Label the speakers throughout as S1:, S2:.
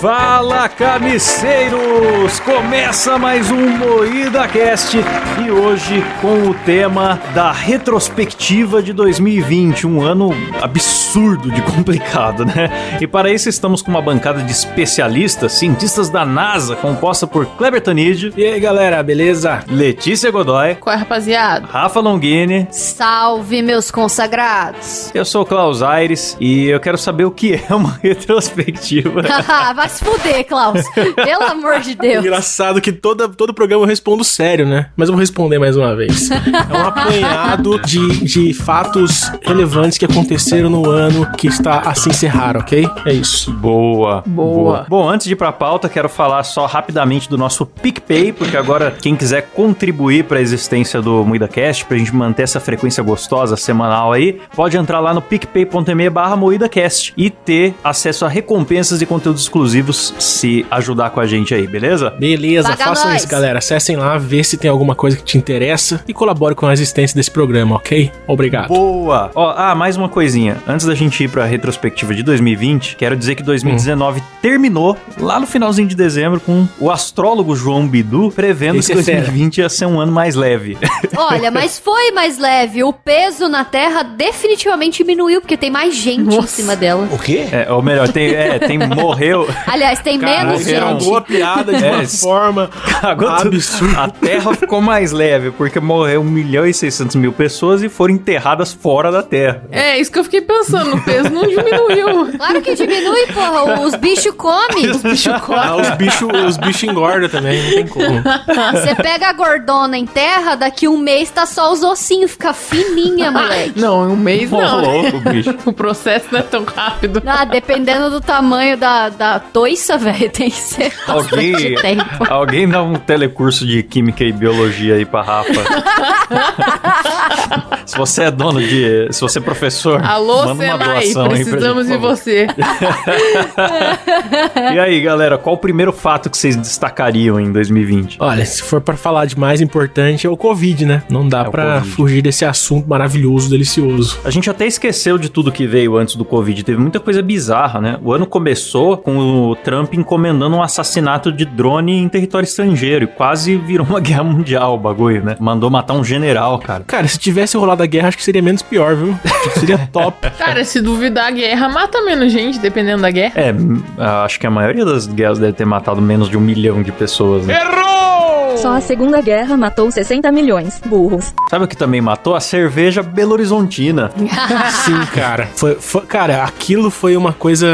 S1: Fala carniceiros! Começa mais um Moída Cast e hoje com o tema da retrospectiva de 2020, um ano absurdo de complicado, né? E para isso estamos com uma bancada de especialistas, cientistas da NASA, composta por Kleber Tanid,
S2: E aí, galera, beleza?
S1: Letícia Godoy,
S3: Qual é, rapaziada?
S1: Rafa Longini,
S3: Salve, meus consagrados!
S1: eu sou o Klaus Aires e eu quero saber o que é uma retrospectiva.
S3: Vai se fuder, Klaus. Pelo amor de Deus.
S2: É Engraçado que toda, todo programa eu respondo sério, né? Mas eu vou responder mais uma vez. É um apanhado de, de fatos relevantes que aconteceram no ano que está a se encerrar, ok? É isso.
S1: Boa,
S3: Boa.
S1: Bom, antes de ir pra pauta, quero falar só rapidamente do nosso PicPay, porque agora quem quiser contribuir pra existência do MoídaCast, pra gente manter essa frequência gostosa semanal aí, pode entrar lá no picpay.me barra MoídaCast e ter acesso a recompensas e conteúdos exclusivos se ajudar com a gente aí, beleza?
S2: Beleza,
S3: Paga
S2: façam
S3: nós.
S2: isso, galera. Acessem lá, vê se tem alguma coisa que te interessa e colabore com a existência desse programa, ok? Obrigado.
S1: Boa! Ó, ah, mais uma coisinha. Antes da gente ir pra retrospectiva de 2020, quero dizer que 2019
S2: Hum.
S1: terminou lá no finalzinho de dezembro com o astrólogo João Bidu prevendo
S2: Esse
S1: que
S2: é fera.
S1: 2020 ia ser um ano mais leve.
S3: Olha, mas foi mais leve. O peso na Terra definitivamente diminuiu, porque tem mais gente em cima dela.
S4: O quê?
S1: É, ou melhor, tem, é, tem morreu.
S3: Aliás, tem menos
S1: Caralho,
S3: gente.
S2: boa Ah, piada de
S1: É,
S2: uma
S1: isso-
S2: forma
S1: Agora tu-
S2: absurda.
S1: A Terra ficou mais leve, porque morreu 1 milhão e 600 mil pessoas e foram enterradas fora da Terra.
S5: É, isso que eu fiquei pensando. O peso não diminuiu.
S3: Claro que diminui, porra. Os bichos comem. Os bichos
S2: Ah, os bichos os bicho engordam também, não tem como.
S3: Você pega a gordona em terra, daqui um mês tá só os ossinhos, fica fininha, moleque.
S5: Não, em um mês
S1: Ô,
S5: não.
S1: louco, bicho.
S5: O processo não é tão rápido.
S3: Ah, dependendo do tamanho da, da toiça, velho, tem que ser
S1: Alguém,
S3: bastante tempo.
S1: alguém dá um telecurso de Química e Biologia aí pra Rafa. se você é dono de... Se você é professor, manda
S5: Alô,
S1: uma
S5: Senai,
S1: doação aí pra
S5: precisamos
S1: gente,
S5: de
S1: por favor.
S5: você.
S1: E aí, galera, qual o primeiro fato que vocês destacariam em 2020?
S2: Olha, se for pra falar de mais importante é o Covid, né? Não dá
S1: É o
S2: pra
S1: Covid.
S2: fugir desse assunto maravilhoso, delicioso.
S1: A gente até esqueceu de tudo que veio antes do Covid. Teve muita coisa bizarra, né? O ano começou com o Trump encomendando um assassinato de drone em território estrangeiro. E quase virou uma guerra mundial o bagulho, né? Mandou matar um general, cara.
S2: Cara, se tivesse rolado a guerra, acho que seria menos pior, viu? Acho que seria top.
S5: Cara, se duvidar a guerra, mata menos gente, dependendo da guerra.
S1: É, m- acho que a maioria das guerras deve ter matado menos de um milhão de pessoas, né?
S6: Só a Segunda Guerra matou 60 milhões. Burros.
S1: Sabe o que também matou? A cerveja belo-horizontina.
S2: Sim, cara. Foi, foi- cara, aquilo foi uma coisa.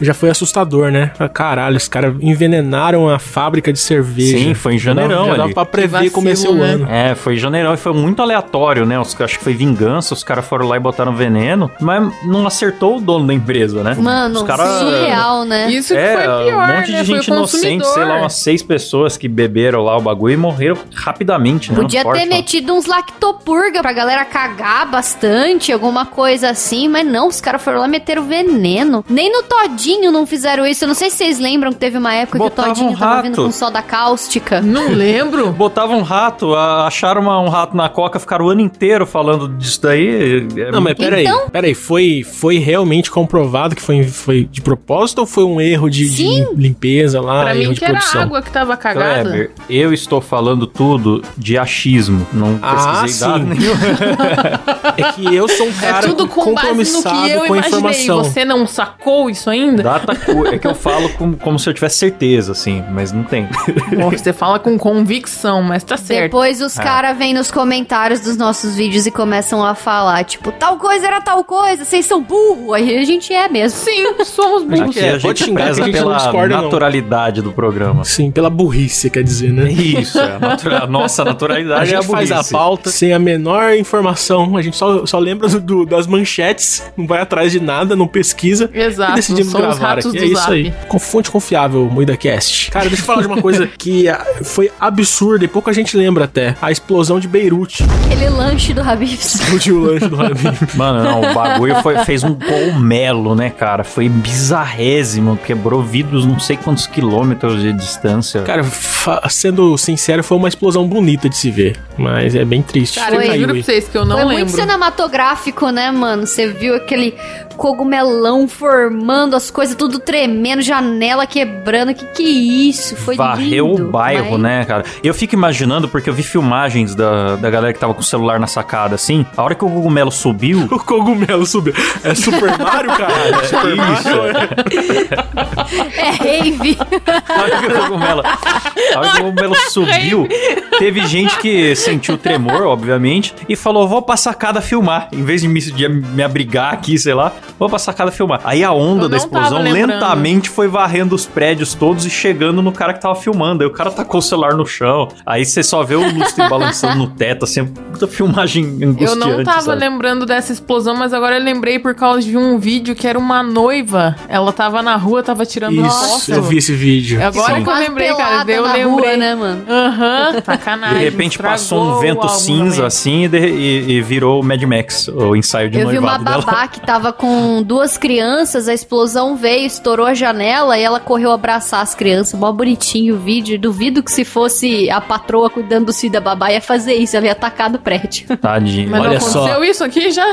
S2: Já foi assustador, né? Ah, Caralho, os caras envenenaram a fábrica de cerveja.
S1: Sim, foi em
S2: Já
S1: janeirão
S2: dava- já
S1: ali.
S2: dava pra prever
S5: vacilo,
S2: como ia ser o
S5: né?
S2: ano.
S1: É, foi em janeirão e foi muito aleatório, né? Os, acho que foi vingança, os caras foram lá e botaram veneno, mas não acertou o dono da empresa, né?
S3: Mano,
S1: os cara-
S3: surreal, né?
S5: Isso que
S1: é,
S5: foi pior,
S1: um monte
S5: né?
S1: de gente
S5: foi o
S1: inocente, sei lá, umas seis pessoas que beberam lá o bagulho e morreram rapidamente, né?
S3: Podia
S1: Não
S3: ter
S1: forte, não.
S3: metido uns lactopurga pra galera cagar bastante, alguma coisa assim, mas não, os caras foram lá e meteram veneno. Nem no Todinho não fizeram isso. Eu não sei se vocês lembram que teve uma época
S1: Botava
S3: que o
S1: um
S3: Todinho tava
S1: rato.
S3: vindo com soda cáustica.
S5: Não lembro.
S1: Botava um rato, a- acharam uma- um rato na coca, ficaram o ano inteiro falando disso daí. é-
S2: Não, mas peraí,
S5: Então?
S2: peraí, foi, foi realmente comprovado que foi, foi de propósito ou foi um erro de, de
S3: Sim.
S2: limpeza lá,
S5: pra
S2: erro
S5: mim
S2: de
S5: que era
S2: produção?
S5: água que tava cagada.
S1: Kleber, Então, eu estou falando tudo de achismo. Não
S2: Ah,
S1: pesquisei nada
S2: sim.
S1: nenhum.
S2: É que eu sou um
S5: É
S2: cara
S5: tudo com base no
S2: compromissado
S5: que eu
S2: com a
S5: imaginei.
S2: informação.
S5: Você não sacou isso ainda?
S1: Data cu- é que eu falo como, como se eu tivesse certeza, assim, mas não tem.
S5: Bom, você fala com convicção, mas tá certo.
S3: Depois os
S1: É.
S3: caras vêm nos comentários dos nossos vídeos e começam a falar, tipo, tal coisa era tal coisa, vocês são burro. Aí a gente é mesmo.
S5: Sim, somos burros.
S1: Aqui a
S2: É, pode
S1: gente
S2: xingar que a
S1: preza
S2: gente não
S1: pela
S2: discorda, não.
S1: naturalidade do programa.
S2: Sim, pela burrice, quer dizer, né?
S1: Isso, é a, natura- a nossa naturalidade
S2: A
S1: é a
S2: gente faz a
S1: burrice.
S2: pauta sem a menor informação, a gente só, só lembra do- do- das manchetes, não vai atrás de nada, não pesquisa.
S5: Exato,
S2: e decidimos
S5: somos
S2: gravar
S5: ratos
S2: aqui.
S5: do
S2: é isso
S5: zap.
S2: aí. Com fonte confiável, MuidaCast. Cara, deixa eu falar de uma coisa que ah, foi absurda e pouca gente lembra até. A explosão de Beirute.
S3: Aquele lanche do Habibs.
S2: Explodiu o lanche do Rabin.
S1: Mano, não, o bagulho foi- fez um colmelo, né, cara? Foi bizarrésimo, quebrou vidros não sei quantos quilômetros de distância.
S2: Cara, f- fa- sendo sincero, foi uma explosão bonita de se ver. Mas é bem triste.
S5: Cara,
S3: Foi.
S5: eu juro pra
S2: aí.
S5: vocês que eu não
S3: Foi muito
S5: lembro.
S3: cinematográfico, né, mano? Você viu aquele cogumelão formando as coisas, tudo tremendo, janela quebrando. Que que é isso? Foi
S1: Varreu
S3: lindo.
S1: o bairro,
S3: mas-
S1: né, cara? Eu fico imaginando, porque eu vi filmagens da, da galera que tava com o celular na sacada, assim. A hora que o cogumelo subiu.
S2: O cogumelo subiu. É Super Mario, cara? É Super Mario.
S3: É rave.
S1: A hora que o cogumelo, a hora que o cogumelo subiu, teve gente que sentiu tremor, obviamente, e falou: vou pra sacada filmar. Em vez de me, de me abrigar aqui, sei lá, vou pra sacada filmar. Aí a onda
S5: Eu
S1: da
S5: não tava
S1: explosão
S5: lembrando.
S1: lentamente foi varrendo os prédios todos e chegando no cara que tava filmando. Aí o cara tacou o celular no chão. Aí você só vê o lustre balançando no teto, assim, puta filmagem angustiante.
S5: Eu não tava
S1: sabe?
S5: lembrando dessa explosão, mas agora eu lembrei por causa de um vídeo que era uma noiva. Ela tava na rua, tava tirando
S2: Isso,
S5: foto.
S2: eu vi esse vídeo.
S1: Sim.
S5: Agora que eu
S3: Quase
S5: lembrei,
S3: pelada
S5: cara. Daí eu
S3: na
S5: lembrei.
S3: rua, né, mano?
S5: Aham, sacanagem.
S1: De repente
S5: estragou
S1: passou um
S5: o
S1: vento
S5: álbum
S1: cinza
S5: também.
S1: assim e, de- e- e virou o Mad Max, o ensaio de
S3: Eu vi uma
S1: noivado
S3: babá
S1: dela.
S3: que tava com duas crianças, a explosão veio, estourou a janela e ela correu abraçar as crianças. Mó bonitinho o vídeo. Duvido que se fosse a patroa cuidando do filho da babá ia fazer isso, ela ia atacar do prédio.
S1: Tadinho.
S5: Mas
S2: Olha
S5: não
S2: só.
S5: aconteceu isso aqui já?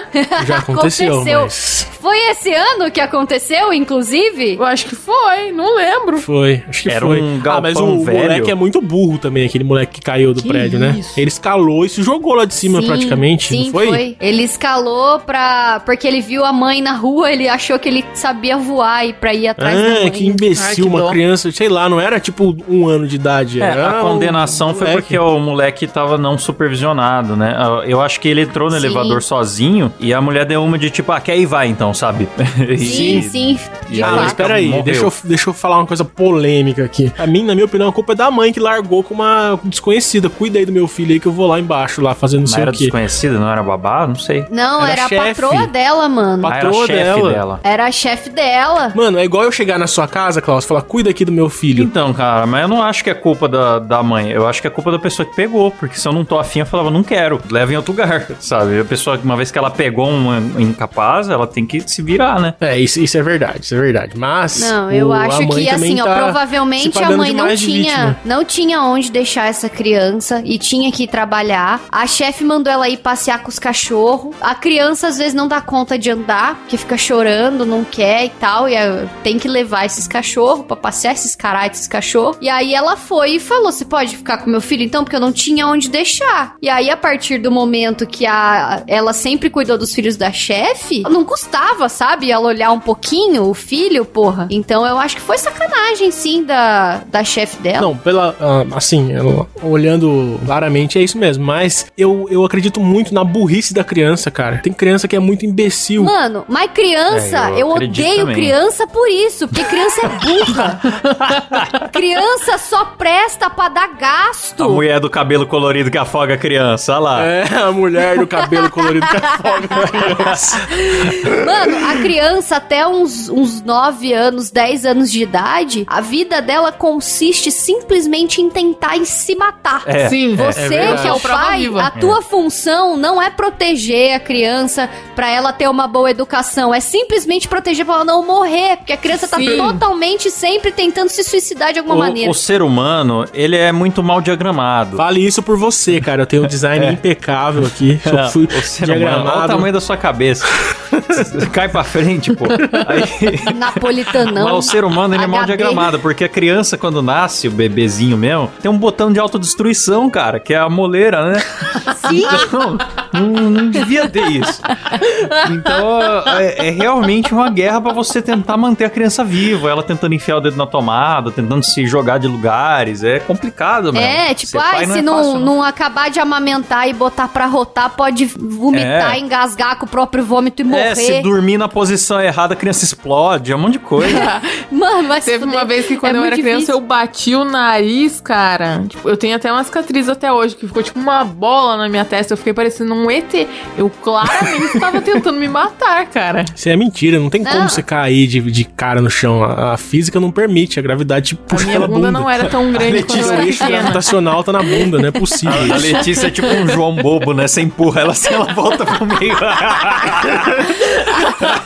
S2: Já aconteceu,
S3: Aconteceu.
S2: mas...
S3: Foi esse ano que aconteceu, inclusive?
S5: Eu acho que foi, não lembro.
S2: Foi, acho que
S1: Era
S2: foi.
S1: um
S2: ah, mas o
S1: galpão velho.
S2: moleque é muito burro também, aquele moleque que caiu do
S5: Que
S2: prédio, né?
S5: isso.
S2: Ele escalou e se jogou lá de cima praticamente,
S3: sim,
S2: não foi?
S3: Ele escalou pra. Porque ele viu a mãe na rua, ele achou que ele sabia voar e pra ir atrás da
S2: Ah,
S3: mãe.
S2: que imbecil,
S5: Ai, que
S2: uma
S5: dó.
S2: criança, sei lá, não era tipo um ano de idade.
S1: É,
S2: era
S1: a
S2: um
S1: condenação foi
S2: moleque.
S1: porque o moleque tava não supervisionado, né? Ah, Eu acho que ele entrou no
S3: Sim.
S1: elevador sozinho e a mulher deu uma de tipo, ah, quer ir vai então, sabe? E-
S3: Sim, sim. De
S1: e
S2: Ah,
S1: aí-
S2: mas
S3: fato.
S2: peraí,
S1: Morreu.
S2: deixa eu, deixa eu falar uma coisa polêmica aqui. A mim, na minha opinião, a culpa é da mãe que largou com uma desconhecida. Cuida aí do meu filho aí que eu vou lá embaixo, lá fazendo não
S1: Não
S2: sei
S1: era
S2: o quê.
S1: desconhecida, não era babá, não sei.
S3: Não,
S2: Era
S3: era, a
S2: chefe.
S3: patroa dela, mano.
S1: Ah, era a
S2: Patroa
S1: chefe
S2: dela.
S1: dela.
S3: Era a chefe dela.
S2: Mano, é igual eu chegar na sua casa, Klaus, e falar, cuida aqui do meu filho.
S1: Então, cara, mas eu não acho que é culpa da, da mãe. Eu acho que é culpa da pessoa que pegou. Porque se eu não tô afim, eu falava, não quero. Leva em outro lugar, sabe? A pessoa, uma vez que ela pegou um incapaz, ela tem que se virar, né?
S2: É, isso, isso é verdade, isso é verdade. Mas.
S3: Não, eu
S2: o- a
S3: acho
S2: mãe
S3: que
S2: também
S3: assim, ó,
S2: tá se
S3: provavelmente a
S2: pagando
S3: mãe não
S2: demais de
S3: tinha,
S2: vítima.
S3: não tinha onde deixar essa criança e tinha que ir trabalhar. A chefe mandou ela ir passear com os cachorros. A criança às vezes não dá conta de andar, porque fica chorando, não quer e tal, e ah, tem que levar esses cachorros pra passear esses caras, esses cachorros. E aí ela foi e falou: "Você pode ficar com meu filho então, porque eu não tinha onde deixar". E aí a partir do momento que a ela sempre cuidou dos filhos da chefe, não custava, sabe? Ela olhar um pouquinho o filho, porra. Então eu acho que foi sacanagem sim da da chefe dela.
S2: Não, pela. ah, assim, eu- olhando claramente é isso mesmo. Mas eu, eu acredito muito na burrice da criança, cara. Tem criança que é muito imbecil.
S3: Mano, mas criança,
S1: É, eu
S3: eu,
S1: acredito
S3: odeio
S1: também.
S3: criança por isso, porque criança é burra. criança só presta pra dar gasto.
S1: A mulher do cabelo colorido que afoga a criança, olha lá.
S2: É, a mulher do cabelo colorido tá que afoga a criança.
S3: Mano, a criança até uns, uns 9 anos, 10 anos de idade, a vida dela consiste simplesmente em tentar em se matar.
S1: É.
S5: Sim,
S3: Você
S2: verdade.
S3: que é o pai, a tua função não é proteger a criança pra ela ter uma boa educação, é simplesmente proteger pra ela não morrer, porque a criança tá
S5: Sim.
S3: totalmente sempre tentando se suicidar de alguma
S1: O,
S3: maneira.
S1: o ser humano, ele é muito mal diagramado.
S2: Fale isso por você, cara. Eu tenho um design impecável aqui.
S1: É,
S2: Eu fui
S1: o ser humano, olha o
S2: diagramado.
S1: tamanho da sua cabeça. Cai pra frente, pô. Aí,
S3: Napolitanão.
S1: Mas o ser humano ele é mal
S3: HD.
S1: diagramado, porque a criança, quando nasce, o bebezinho mesmo, tem um botão de autodestruição, cara, que é a moleira, né?
S3: Sim.
S1: Então, não, não devia ter isso. Então, é, é realmente uma guerra pra você tentar manter a criança viva, ela tentando enfiar o dedo na tomada, tentando se jogar de lugares, é complicado, mesmo.
S3: É, tipo,
S1: Ser pai
S3: ai, se
S1: é
S3: não,
S1: fácil,
S3: não acabar de amamentar e botar pra rotar, pode vomitar,
S1: É.
S3: engasgar com o próprio vômito e
S1: É, se
S3: morrer.
S1: dormir na posição errada, a criança explode, é um monte de coisa.
S3: Mano, mas
S5: Teve uma vez que quando eu era criança eu bati o nariz, cara. Tipo, eu tenho até uma cicatriz até hoje, que ficou tipo uma bola na minha testa. Eu fiquei parecendo um ET. Eu claramente tava tentando me matar, cara.
S2: Isso é mentira, não tem
S3: Não.
S2: como você cair de, de cara no chão. A, a física não permite, a gravidade te puxa
S5: A minha
S2: pela
S5: bunda,
S2: bunda.
S5: não era tão grande quando eu
S2: Letícia, o
S5: era
S2: eixo
S5: pequena.
S2: gravitacional tá na bunda, não é possível.
S1: A
S2: isso.
S1: Letícia é tipo um João Bobo, né? Você empurra ela, assim, ela volta pro meio.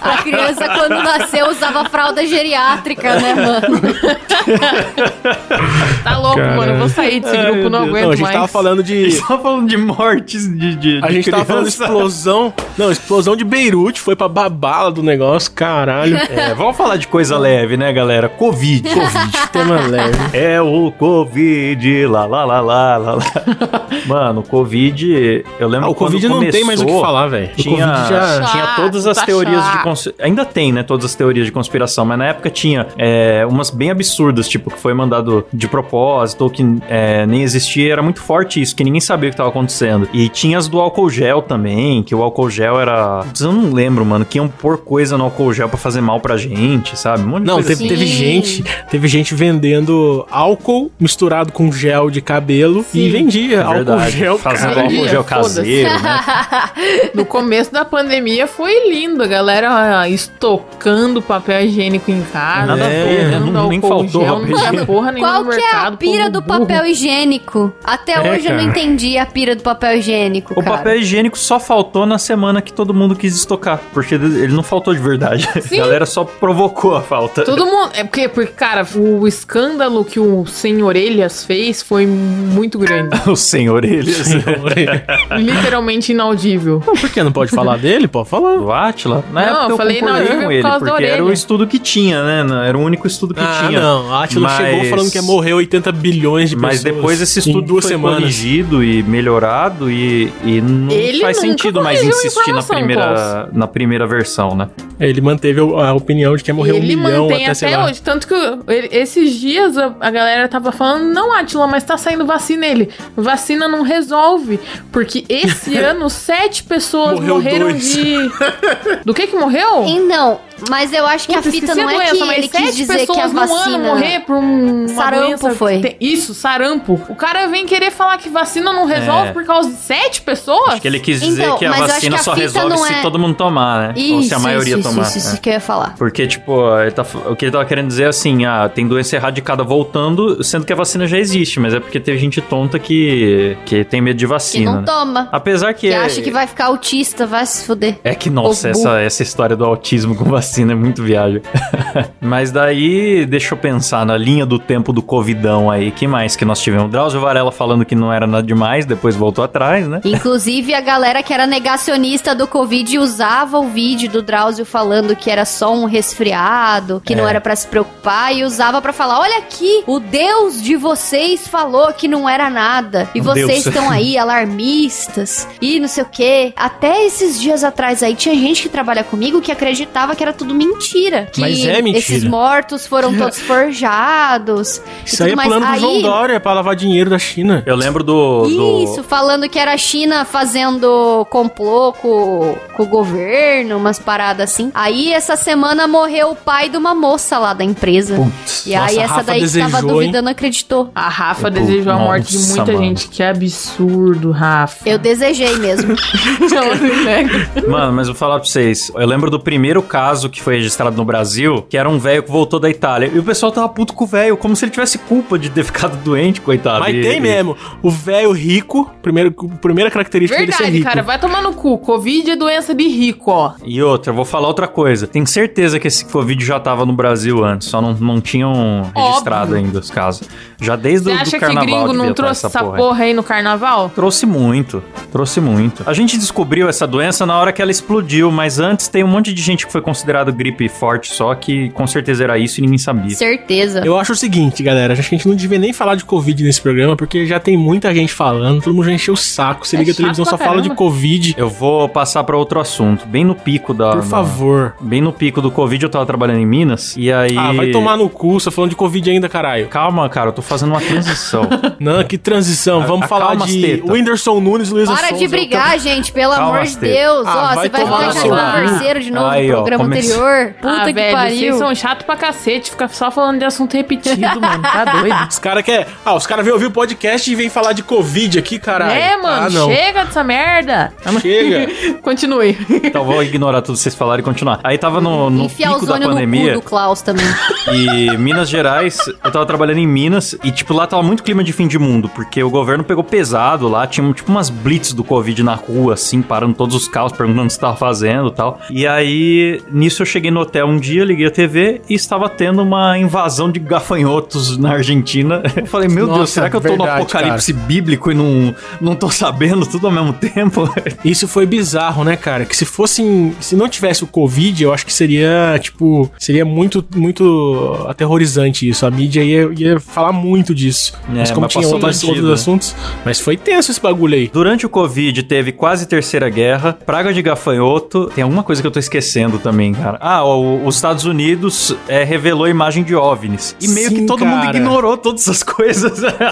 S3: A criança, quando nasceu, usava fralda geriátrica Caraca,
S1: É.
S3: né, mano?
S5: Tá louco,
S1: Cara.
S5: mano. Eu vou sair desse
S1: Ai,
S5: grupo,
S1: meu
S5: não
S1: Deus.
S5: aguento
S2: Não, a gente
S5: mais.
S2: tava falando de.
S1: Eles estavam falando de mortes de, de
S2: A
S1: de
S2: gente tava falando de
S1: criança.
S2: explosão. Não, explosão de Beirute foi pra babala do negócio, caralho.
S1: É, vamos falar de coisa leve, né, galera? Covid.
S2: Covid, tema leve.
S1: É o Covid, lá, lá, lá, lá, lá, lá. Mano, o Covid, eu lembro
S2: Ah, o
S1: quando
S2: Covid não tem
S1: começou,
S2: mais o que falar, velho. O
S1: Tinha,
S2: Covid já.
S1: tinha
S5: Chato,
S1: todas as
S5: tá
S1: teorias de
S5: chato.
S1: conspiração. Ainda tem, né? Todas as teorias de conspiração, mas na época tinha é, umas bem absurdas, tipo, que foi mandado de propósito ou que é, nem existia. Era muito forte isso, que ninguém sabia o que tava acontecendo. E tinha as do álcool gel também, que o álcool gel era. Putz, Eu não lembro, mano, que iam pôr coisa no álcool gel pra fazer mal pra gente, sabe? Um monte de
S2: Não,
S1: coisa
S2: teve,
S1: assim.
S2: teve
S3: Sim.
S2: gente, teve gente vendendo álcool misturado com gel de cabelo e vendia álcool
S1: É assim. Verdade,
S2: gel.
S1: fazendo
S2: cara.
S1: álcool
S5: Vendia,
S1: gel
S5: foda-se.
S1: caseiro, né?
S5: No começo da pandemia foi lindo, a galera ah, estocando papel higiênico em casa,
S1: Nada a ver, né?
S5: vendendo
S1: Não- nem
S5: álcool
S1: faltou
S5: gel, não
S1: papel
S5: tinha porra nenhuma
S3: Qual
S5: no
S3: que é
S5: mercado.
S3: a pira
S5: povo
S3: do
S5: burro.
S3: papel higiênico? Até
S2: É,
S3: hoje eu não
S2: cara.
S3: entendi a pira do papel higiênico,
S1: O
S3: cara.
S1: papel higiênico só faltou na semana que todo mundo quis estocar, porque ele não faltou de verdade.
S5: Sim.
S1: A galera só provocou a falta.
S5: Todo mundo. É porque, porque, cara, o escândalo que o Sem Orelhas fez foi muito grande.
S1: O senhor eles.
S5: Literalmente inaudível.
S2: Não, por que não pode falar dele? Pode falar.
S1: Do Atila? Na
S5: Não,
S1: época eu
S5: eu falei, não,
S1: concordei
S5: eu vi
S1: com
S5: por
S1: ele,
S5: causa da
S1: porque era o
S5: orelha.
S1: estudo que tinha, né? Não, Era o único estudo que
S2: Ah,
S1: tinha.
S2: não. A Atila
S1: Mas-
S2: chegou falando que ia morrer 80 bilhões de
S1: Mas
S2: pessoas.
S1: depois esse
S2: em
S1: estudo foi
S2: duas semanas.
S1: corrigido e melhorado e, e não
S5: Ele
S1: faz
S5: nunca
S1: sentido mais
S5: corrigiu a
S1: insistir na
S5: informação,
S1: primeira, na primeira versão, né?
S2: Ele manteve a opinião de que ia morrer
S5: E
S2: um
S5: ele
S2: milhão
S5: mantém
S2: até, sei lá.
S5: hoje. Tanto que eu- ele- esses dias a, a galera tava falando, não, Atila, mas tá saindo vacina. Ele, vacina não resolve. Porque esse ano sete pessoas
S2: Morreu
S5: morreram
S2: dois.
S5: de. Do que que
S1: é
S5: morreu?
S3: Então, mas eu acho que a
S5: Puta,
S3: fita
S5: esqueci
S3: não é
S5: doença,
S3: que
S5: mas
S3: ele quis
S5: sete
S3: dizer que a
S5: pessoas num
S3: vacina...
S5: ano morrer por um uma
S3: Sarampo
S5: doença que
S3: foi.
S5: tem- Isso, sarampo. O cara vem querer falar que vacina não resolve
S1: É.
S5: por causa de sete pessoas?
S1: Acho que ele quis dizer
S3: Então,
S1: que a
S3: mas eu acho
S1: vacina
S3: que a
S1: só
S3: fita
S1: resolve
S3: não
S1: se
S3: é-
S1: todo mundo tomar, né? Ou se a maioria
S3: isso,
S1: tomar.
S3: Isso, isso,
S1: né?
S3: isso que eu ia falar.
S1: Porque, tipo, ele tá f- o que ele tava querendo dizer é assim, ah, tem doença erradicada voltando, sendo que a vacina já existe, mas é porque tem gente tonta que, que tem medo de
S3: Que
S1: vacina.
S3: não
S1: né?
S3: toma.
S1: Apesar que.
S3: Que
S1: é-
S3: acha que vai ficar autista, vai se fuder.
S1: É que, nossa,
S3: Ou bu-
S1: essa, essa história do autismo com vacina é muito viagem. Mas daí, deixa eu pensar na linha do tempo do covidão aí. que mais que nós tivemos? Drauzio Varela falando que não era nada demais, depois voltou atrás, né?
S3: Inclusive, a galera que era negacionista do Covid usava o vídeo do Drauzio falando que era só um resfriado, que não
S1: É.
S3: era pra se preocupar, e usava pra falar: olha aqui, o Deus de vocês falou que não era nada. E
S1: O
S3: vocês
S1: Deus.
S3: estão aí alarmistas e não sei o quê. Até esses dias atrás aí tinha gente que trabalha comigo que acreditava que era tudo mentira. Que
S2: Mas é mentira.
S3: esses mortos foram todos forjados.
S2: Isso
S5: Então,
S2: aí é
S3: tudo mais.
S2: plano do João
S3: Aí-
S2: Dória pra lavar dinheiro da China.
S1: Eu lembro do. do-
S3: Isso, falando que era a China fazendo complô com, com o governo, umas paradas assim. Aí essa semana morreu o pai de uma moça lá da empresa.
S1: Putz.
S3: e
S2: nossa,
S3: aí
S2: a
S3: essa
S2: Rafa
S3: daí que tava
S2: desejou,
S3: duvidando acreditou.
S5: A Rafa
S1: Eu tô-
S5: desejou a morte de
S1: Tipo, Nossa,
S5: muita
S1: mano.
S5: gente. Que absurdo, Rafa. É
S3: Eu desejei mesmo.
S5: Não, não nego.
S1: Mano, mas vou falar pra vocês. Eu lembro do primeiro caso que foi registrado no Brasil, que era um velho que voltou da Itália. E o pessoal tava puto com o velho, como se ele tivesse culpa de ter ficado doente, coitado.
S2: Mas
S1: E-
S2: tem
S1: e-
S2: mesmo. O velho rico, primeiro, primeira característica dele é ser
S5: Verdade,
S2: rico.
S5: cara. Vai tomar no cu. Covid é doença de rico, ó.
S1: E outra, eu vou falar outra coisa. Tenho certeza que esse Covid já tava no Brasil antes, só não, não tinham registrado
S5: Óbvio.
S1: ainda os casos. Já desde
S5: Você
S1: o do
S5: acha que
S1: carnaval
S5: gringo
S1: devia
S5: não
S1: tá
S5: trouxe essa
S1: aí.
S5: porra aí no carnaval?
S1: Trouxe muito, trouxe muito. A gente descobriu essa doença na hora que ela explodiu, mas antes tem um monte de gente que foi considerado gripe forte só, que com certeza era isso e ninguém sabia.
S3: Certeza.
S2: Eu acho o seguinte, galera. Acho que a gente não devia nem falar de Covid nesse programa, porque já tem muita gente falando, todo mundo já encheu o saco. Se
S5: É
S2: liga a
S5: chato
S2: televisão,
S5: pra
S2: só fala de
S5: caramba.
S2: Covid.
S1: Eu vou passar pra outro assunto, bem no pico da...
S2: Por favor.
S1: Bem no pico do Covid, eu tava trabalhando em Minas, e aí...
S2: Ah, vai tomar no cu, só falando de Covid ainda, caralho.
S1: Calma, cara, eu tô fazendo uma transição.
S2: Não, que transição.
S1: A-
S2: Vamos falar
S1: acalma as
S2: de
S1: tetas.
S2: Whindersson Nunes, Luiz
S3: Para de brigar, gente, pelo
S1: Calma,
S3: amor de
S1: Astê.
S3: Deus.
S2: Ah, vai
S3: Ó, você vai
S2: tomar
S3: ficar
S5: no
S3: já
S5: seu cu.
S3: converseiro de novo
S1: Aí,
S3: no
S1: ó,
S3: programa
S1: comecei.
S3: anterior. Puta
S5: ah,
S3: que
S5: velho, vocês
S3: pariu.
S5: são chatos pra cacete. Fica só falando de assunto repetido, mano. Tá doido.
S2: Os caras quer. Ah, os caras vêm ouvir o podcast e vêm falar de Covid aqui, caralho.
S5: É, mano,
S2: ah, não.
S5: chega dessa merda.
S2: Chega.
S5: Continue.
S1: Então vou ignorar tudo que vocês falaram e continuar. Aí tava no, no
S3: Enfiar o
S1: pico da
S3: zônio no cu
S1: pandemia
S3: do Klaus também.
S1: e Minas Gerais, eu tava trabalhando em Minas States. E, tipo, lá tava muito clima de fim de mundo, porque o governo pegou pesado lá, tinha, tipo, umas blitz do Covid na rua, assim, parando todos os carros, perguntando o que você tava fazendo e tal. E aí, nisso eu cheguei no hotel um dia, liguei a TV e estava tendo uma invasão de gafanhotos na Argentina. Eu falei, meu Deus,
S2: Nossa,
S1: será que eu tô no
S2: verdade,
S1: apocalipse bíblico e não, não tô sabendo tudo ao mesmo tempo?
S2: Isso foi bizarro, né, cara? Que se fossem. Se não tivesse o Covid, eu acho que seria, tipo. Seria muito, muito aterrorizante isso. A mídia ia, ia falar muito disso.
S1: É,
S2: mas como
S1: mas
S2: tinha
S1: passou
S2: outros,
S1: batido, né?
S2: outros assuntos. Mas foi tenso esse bagulho aí.
S1: Durante o Covid teve quase terceira guerra, praga de gafanhoto. Tem alguma coisa que eu tô esquecendo também, cara. Ah, o- os Estados Unidos é, revelou a imagem de OVNIs. E meio
S2: Sim,
S1: que todo mundo
S2: cara.
S1: ignorou todas essas coisas.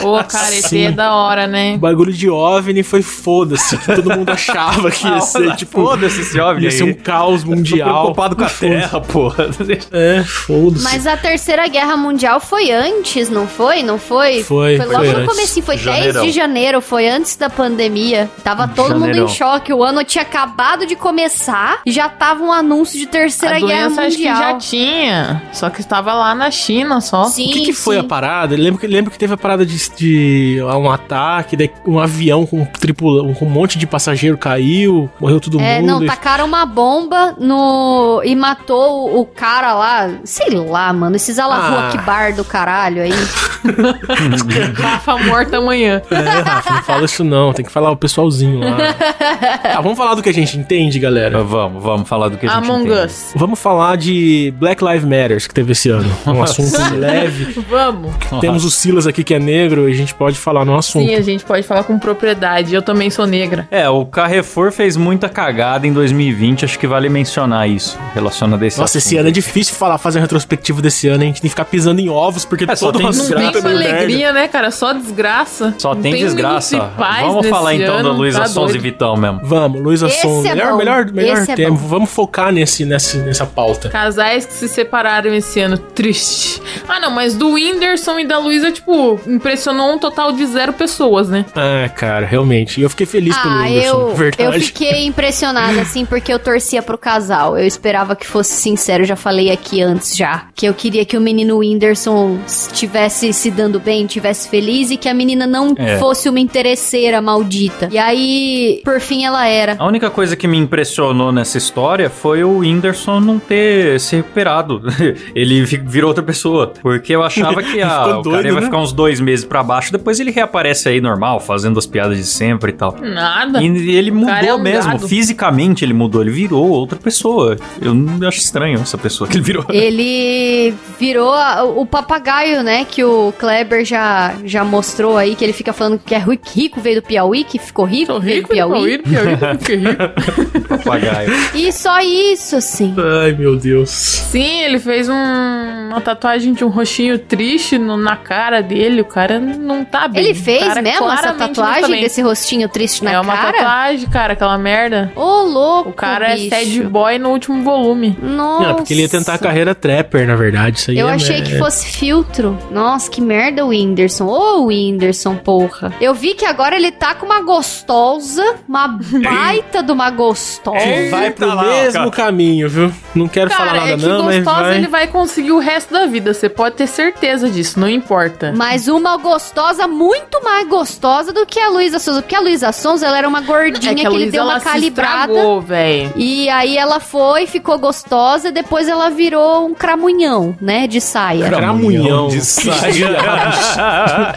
S5: Ô, cara, ET é
S2: Sim.
S5: da hora,
S2: O
S5: né?
S2: bagulho de OVNI foi foda-se. que Todo mundo achava que ia ser, tipo.
S1: Ah, foda-se esse OVNI
S2: Ia ser um
S1: aí.
S2: caos mundial.
S1: Tô preocupado com a terra, porra.
S2: É, foda-se.
S3: Mas a Terceira Guerra Mundial foi antes, não foi? Não foi?
S2: Foi,
S3: Foi logo
S2: foi
S3: no
S2: antes.
S3: começo, foi
S1: Janeirão.
S3: 10 de janeiro, foi antes da pandemia. Tava todo
S1: Janeirão.
S3: mundo em choque, o ano tinha acabado de começar, já tava um anúncio de Terceira
S5: a
S3: Guerra
S5: doença acho que já
S3: é Mundial.
S5: tinha, só que estava lá na China só.
S3: Sim,
S2: O que, que foi
S3: sim.
S2: a parada? Lembro que, lembro que teve a parada de, de um ataque, daí um avião com, tripula, com um monte de passageiro caiu, morreu todo
S3: É,
S2: mundo.
S3: não, tacaram uma bomba no. e matou o, o cara lá. Sei lá, mano, esses
S2: Ah.
S3: alarrua que bar do caralho aí.
S1: Uhum.
S5: Rafa morta amanhã.
S2: É, Rafa, não fala isso não, tem que falar o pessoalzinho lá. tá, vamos falar do que a gente entende, galera.
S1: vamos, vamos falar do que a gente
S5: Among
S1: entende.
S5: Us.
S2: Vamos falar de Black Lives Matters que teve esse ano. Um assunto leve.
S5: Vamos.
S2: Temos o Silas aqui que é negro e a gente pode falar no assunto.
S5: Sim, a gente pode falar com propriedade. Eu também sou negra.
S1: É, o Carrefour fez muita cagada em 2020, acho que vale mencionar isso, relacionado a esse
S2: Nossa, esse
S1: assunto.
S2: ano é difícil falar, fazer um retrospectivo desse ano, a gente tem que ficar pisando em ovos, porque
S1: É, só
S2: todo
S1: tem
S5: Não
S1: Desgraça,
S5: tem
S2: é
S5: uma
S2: meio merda.
S5: alegria, né, cara? Só desgraça.
S1: Só
S5: Não
S1: tem,
S5: um
S1: desgraça.
S5: minuto de paz
S1: Vamos falar
S5: nesse
S1: então da
S5: ano,
S1: Luísa
S5: tá
S1: Sons e
S5: doido.
S1: Vitão mesmo.
S2: Vamos, Luísa
S3: Esse
S2: Sonza.
S3: é
S2: melhor,
S3: bom.
S2: melhor, melhor
S3: Esse é
S2: tema.
S3: bom.
S2: Vamos focar nesse, nesse, nessa pauta.
S5: Casais que se separaram esse ano, triste. Ah, não, mas do Whindersson e da Luísa, tipo, impressionou um total de zero pessoas, né?
S2: Ah, cara, realmente. E eu fiquei feliz pelo
S3: Ah,
S2: Whindersson,
S3: eu,
S2: verdade.
S3: eu fiquei impressionada, assim, porque eu torcia pro casal. Eu esperava que fosse sincero, eu já falei aqui antes já. Que eu queria que o menino Whindersson estivesse se dando bem, estivesse feliz e que a menina não
S1: É.
S3: fosse uma interesseira maldita. E aí, por fim, ela era.
S1: A única coisa que me impressionou nessa história foi o Whindersson não ter se recuperado. Ele vi- virou outra pessoa. Porque eu achava que ah,
S2: Ficou
S1: o cara
S2: doido,
S1: vai
S2: né?
S1: ficar uns dois meses pra baixo, depois ele reaparece aí normal, fazendo as piadas de sempre e tal.
S5: Nada.
S1: E ele mudou
S5: cara é um
S1: mesmo,
S5: gado.
S1: fisicamente ele mudou, ele virou outra pessoa. Eu não acho estranho essa pessoa que ele virou.
S3: Ele virou a- o papagaio, né? Que o Kleber já, já mostrou aí, que ele fica falando que é ri- rico, veio do Piauí, que ficou rico,
S5: Sou
S3: veio do
S5: rico, Piauí,
S3: Piauí.
S5: Piauí, Piauí, rico.
S1: Papagaio.
S3: E só isso, assim.
S2: Ai, meu Deus.
S5: Sim, ele fez um- uma tatuagem de um roxinho triste no- na cara dele. O cara não tá bem.
S3: Ele
S5: O
S3: fez
S5: cara
S3: mesmo essa
S5: claramente não tá
S3: tatuagem
S5: bem.
S3: desse rostinho triste na
S5: É uma
S3: cara?
S5: tatuagem, cara, aquela merda.
S3: Ô, louco,
S5: O cara
S3: bicho.
S5: é sad boy no último volume.
S3: Nossa.
S2: Não, é porque ele ia tentar a carreira trapper, na verdade. Isso aí
S3: Eu
S2: é-
S3: achei que fosse filtro. Nossa, que merda o Whindersson. Ô, Whindersson, porra. Eu vi que agora ele tá com uma gostosa, uma baita de uma
S2: Ele
S3: gostosa.
S2: vai pro
S1: Eita lá, cara.
S2: mesmo caminho, viu? Não quero falar nada,
S5: é que
S2: não, mas
S5: gostosa
S2: vai.
S5: ele vai conseguir o resto da vida. Você pode ter certeza disso, não importa.
S3: Mas uma gostosa, muito mais gostosa do que a Luísa Souza. Porque a Luísa Souza, ela era uma gordinha
S5: é
S3: que, ele deu uma
S5: ela se
S3: calibrada.
S5: estragou, velho.
S3: E aí ela foi, ficou gostosa, e depois ela virou um cramunhão, né, de saia.
S2: Cramunhão.
S4: de saia.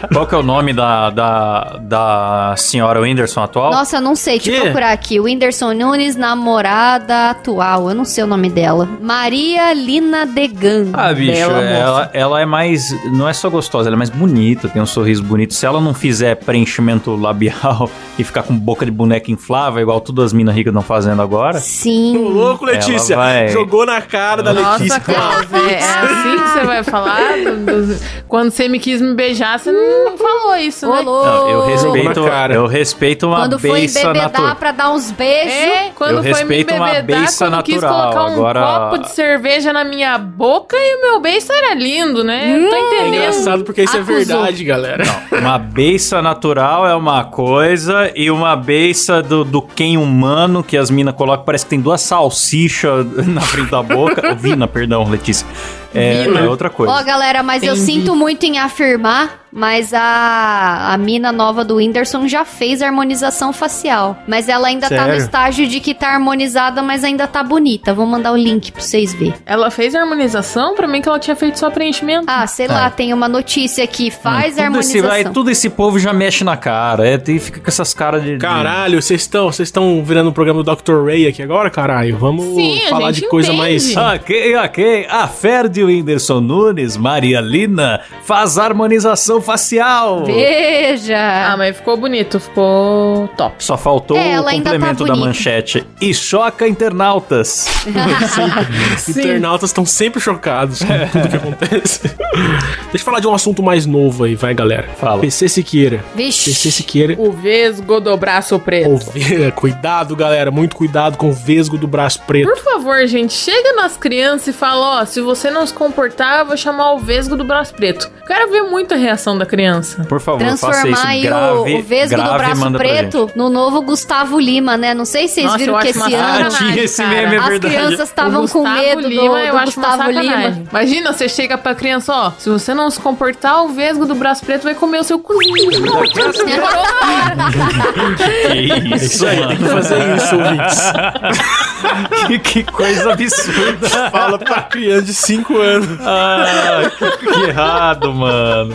S1: Qual que é o nome da, da, da senhora Whindersson atual?
S3: Nossa, eu não sei, deixa eu
S2: Quê?
S3: procurar aqui. Whindersson Nunes, namorada atual, eu não sei o nome dela. Maria Lina Degan.
S1: Ah, bicho,
S5: Bela moça.
S1: ela, ela é mais. Não é só gostosa, ela é mais bonita, tem um sorriso bonito. Se ela não fizer preenchimento labial e ficar com boca de boneca inflável, igual todas as minas ricas estão fazendo agora.
S2: Ô,
S3: Sim.
S2: louco, Letícia.
S1: Ela vai-
S2: Jogou na cara da
S5: Nossa,
S2: Letícia.
S5: Klaus, é, é assim que você vai falar? Do- Quando você me quis me beijar, você não falou isso,
S3: Ô,
S5: né?
S1: Não, eu
S3: louco.
S1: respeito,
S2: Na cara.
S1: eu respeito uma
S3: Quando foi
S1: beiça
S3: embebedar
S1: natural.
S3: pra dar uns beijos.
S5: É, quando
S1: Eu
S5: foi me
S1: respeito uma
S5: bebedar,
S1: beiça
S5: quando quis
S1: natural,
S5: colocar um
S1: agora-
S5: copo de cerveja na minha boca e o meu beijo era lindo, né? Eu tô
S3: Hum,
S2: É
S5: entendendo.
S2: engraçado porque isso
S3: Acusou.
S2: é verdade, galera.
S1: Uma beiça natural é uma coisa, e uma beiça do, do quem humano que as minas colocam, parece que tem duas salsichas na frente da boca. Vina, perdão, Letícia. É, é outra coisa.
S3: Ó, galera, mas eu
S5: Entendi.
S3: sinto muito em afirmar, Mas a, a mina nova do Whindersson já fez harmonização facial. Mas ela ainda tá no
S2: Sério?
S3: estágio de que tá harmonizada, mas ainda tá bonita. Vou mandar o link pra vocês verem.
S5: Ela fez a harmonização? Pra mim que ela tinha feito só preenchimento.
S3: Ah, sei
S4: Tá.
S3: lá, tem uma notícia aqui. Faz
S1: Hum, Ah, Tudo esse,
S3: harmonização.
S1: aí tudo esse povo já mexe na cara, é, tem, fica com essas caras de... de-
S2: Caralho, vocês estão vocês estão virando o programa do Dr. Ray aqui agora, caralho? Vamos
S5: Sim, a
S2: falar
S5: gente
S2: de coisa mais.
S5: entende.
S1: Ok, ok. A Ferdi Whindersson Nunes, Maria Lina, faz harmonização facial.
S3: Veja!
S5: Ah, mas ficou bonito, ficou top.
S1: Só faltou
S3: É,
S1: o
S3: ela ainda
S1: complemento
S3: tá
S1: da
S3: bonita.
S1: manchete. E choca internautas.
S2: Os internautas estão sempre chocados com tudo que acontece. Deixa eu falar de um assunto mais novo aí, vai, galera.
S1: Fala.
S2: PC Siqueira. PC
S3: Vixe!
S2: Siqueira.
S5: O Vesgo do braço preto.
S2: O ve- Cuidado, galera. Muito cuidado com o vesgo do braço preto.
S5: Por favor, gente, chega nas crianças e fala, ó, se você não se comportar, eu vou chamar o Vesgo do braço preto. Quero ver muito a reação da criança.
S1: Por favor, é faça
S3: Transformar
S1: isso
S3: aí
S1: grave,
S3: o, o Vesgo
S1: grave,
S3: do braço
S1: manda pra gente.
S3: preto no novo Gustavo Lima, né? Não sei se vocês
S5: Nossa, eu
S3: viram que
S5: acho
S3: esse
S5: uma
S1: Ah,
S3: ano
S5: sacanagem,
S1: tinha esse
S5: cara.
S1: meme, é
S5: As
S3: as
S1: verdade.
S3: crianças estavam
S5: O
S3: com
S5: Gustavo
S3: medo do-
S5: Lima,
S3: do,
S5: eu acho uma
S3: Gustavo
S5: sacanagem.
S3: Lima.
S5: Imagina, você chega pra criança, ó, se você não se comportar, o Vesgo do braço preto vai comer o seu cozinho.
S1: Que isso,
S2: É Tem
S1: mano.
S2: que fazer isso, ouvintes.
S1: que, que coisa absurda.
S2: Fala pra criança de 5 anos.
S1: Ah, que, que errado, mano.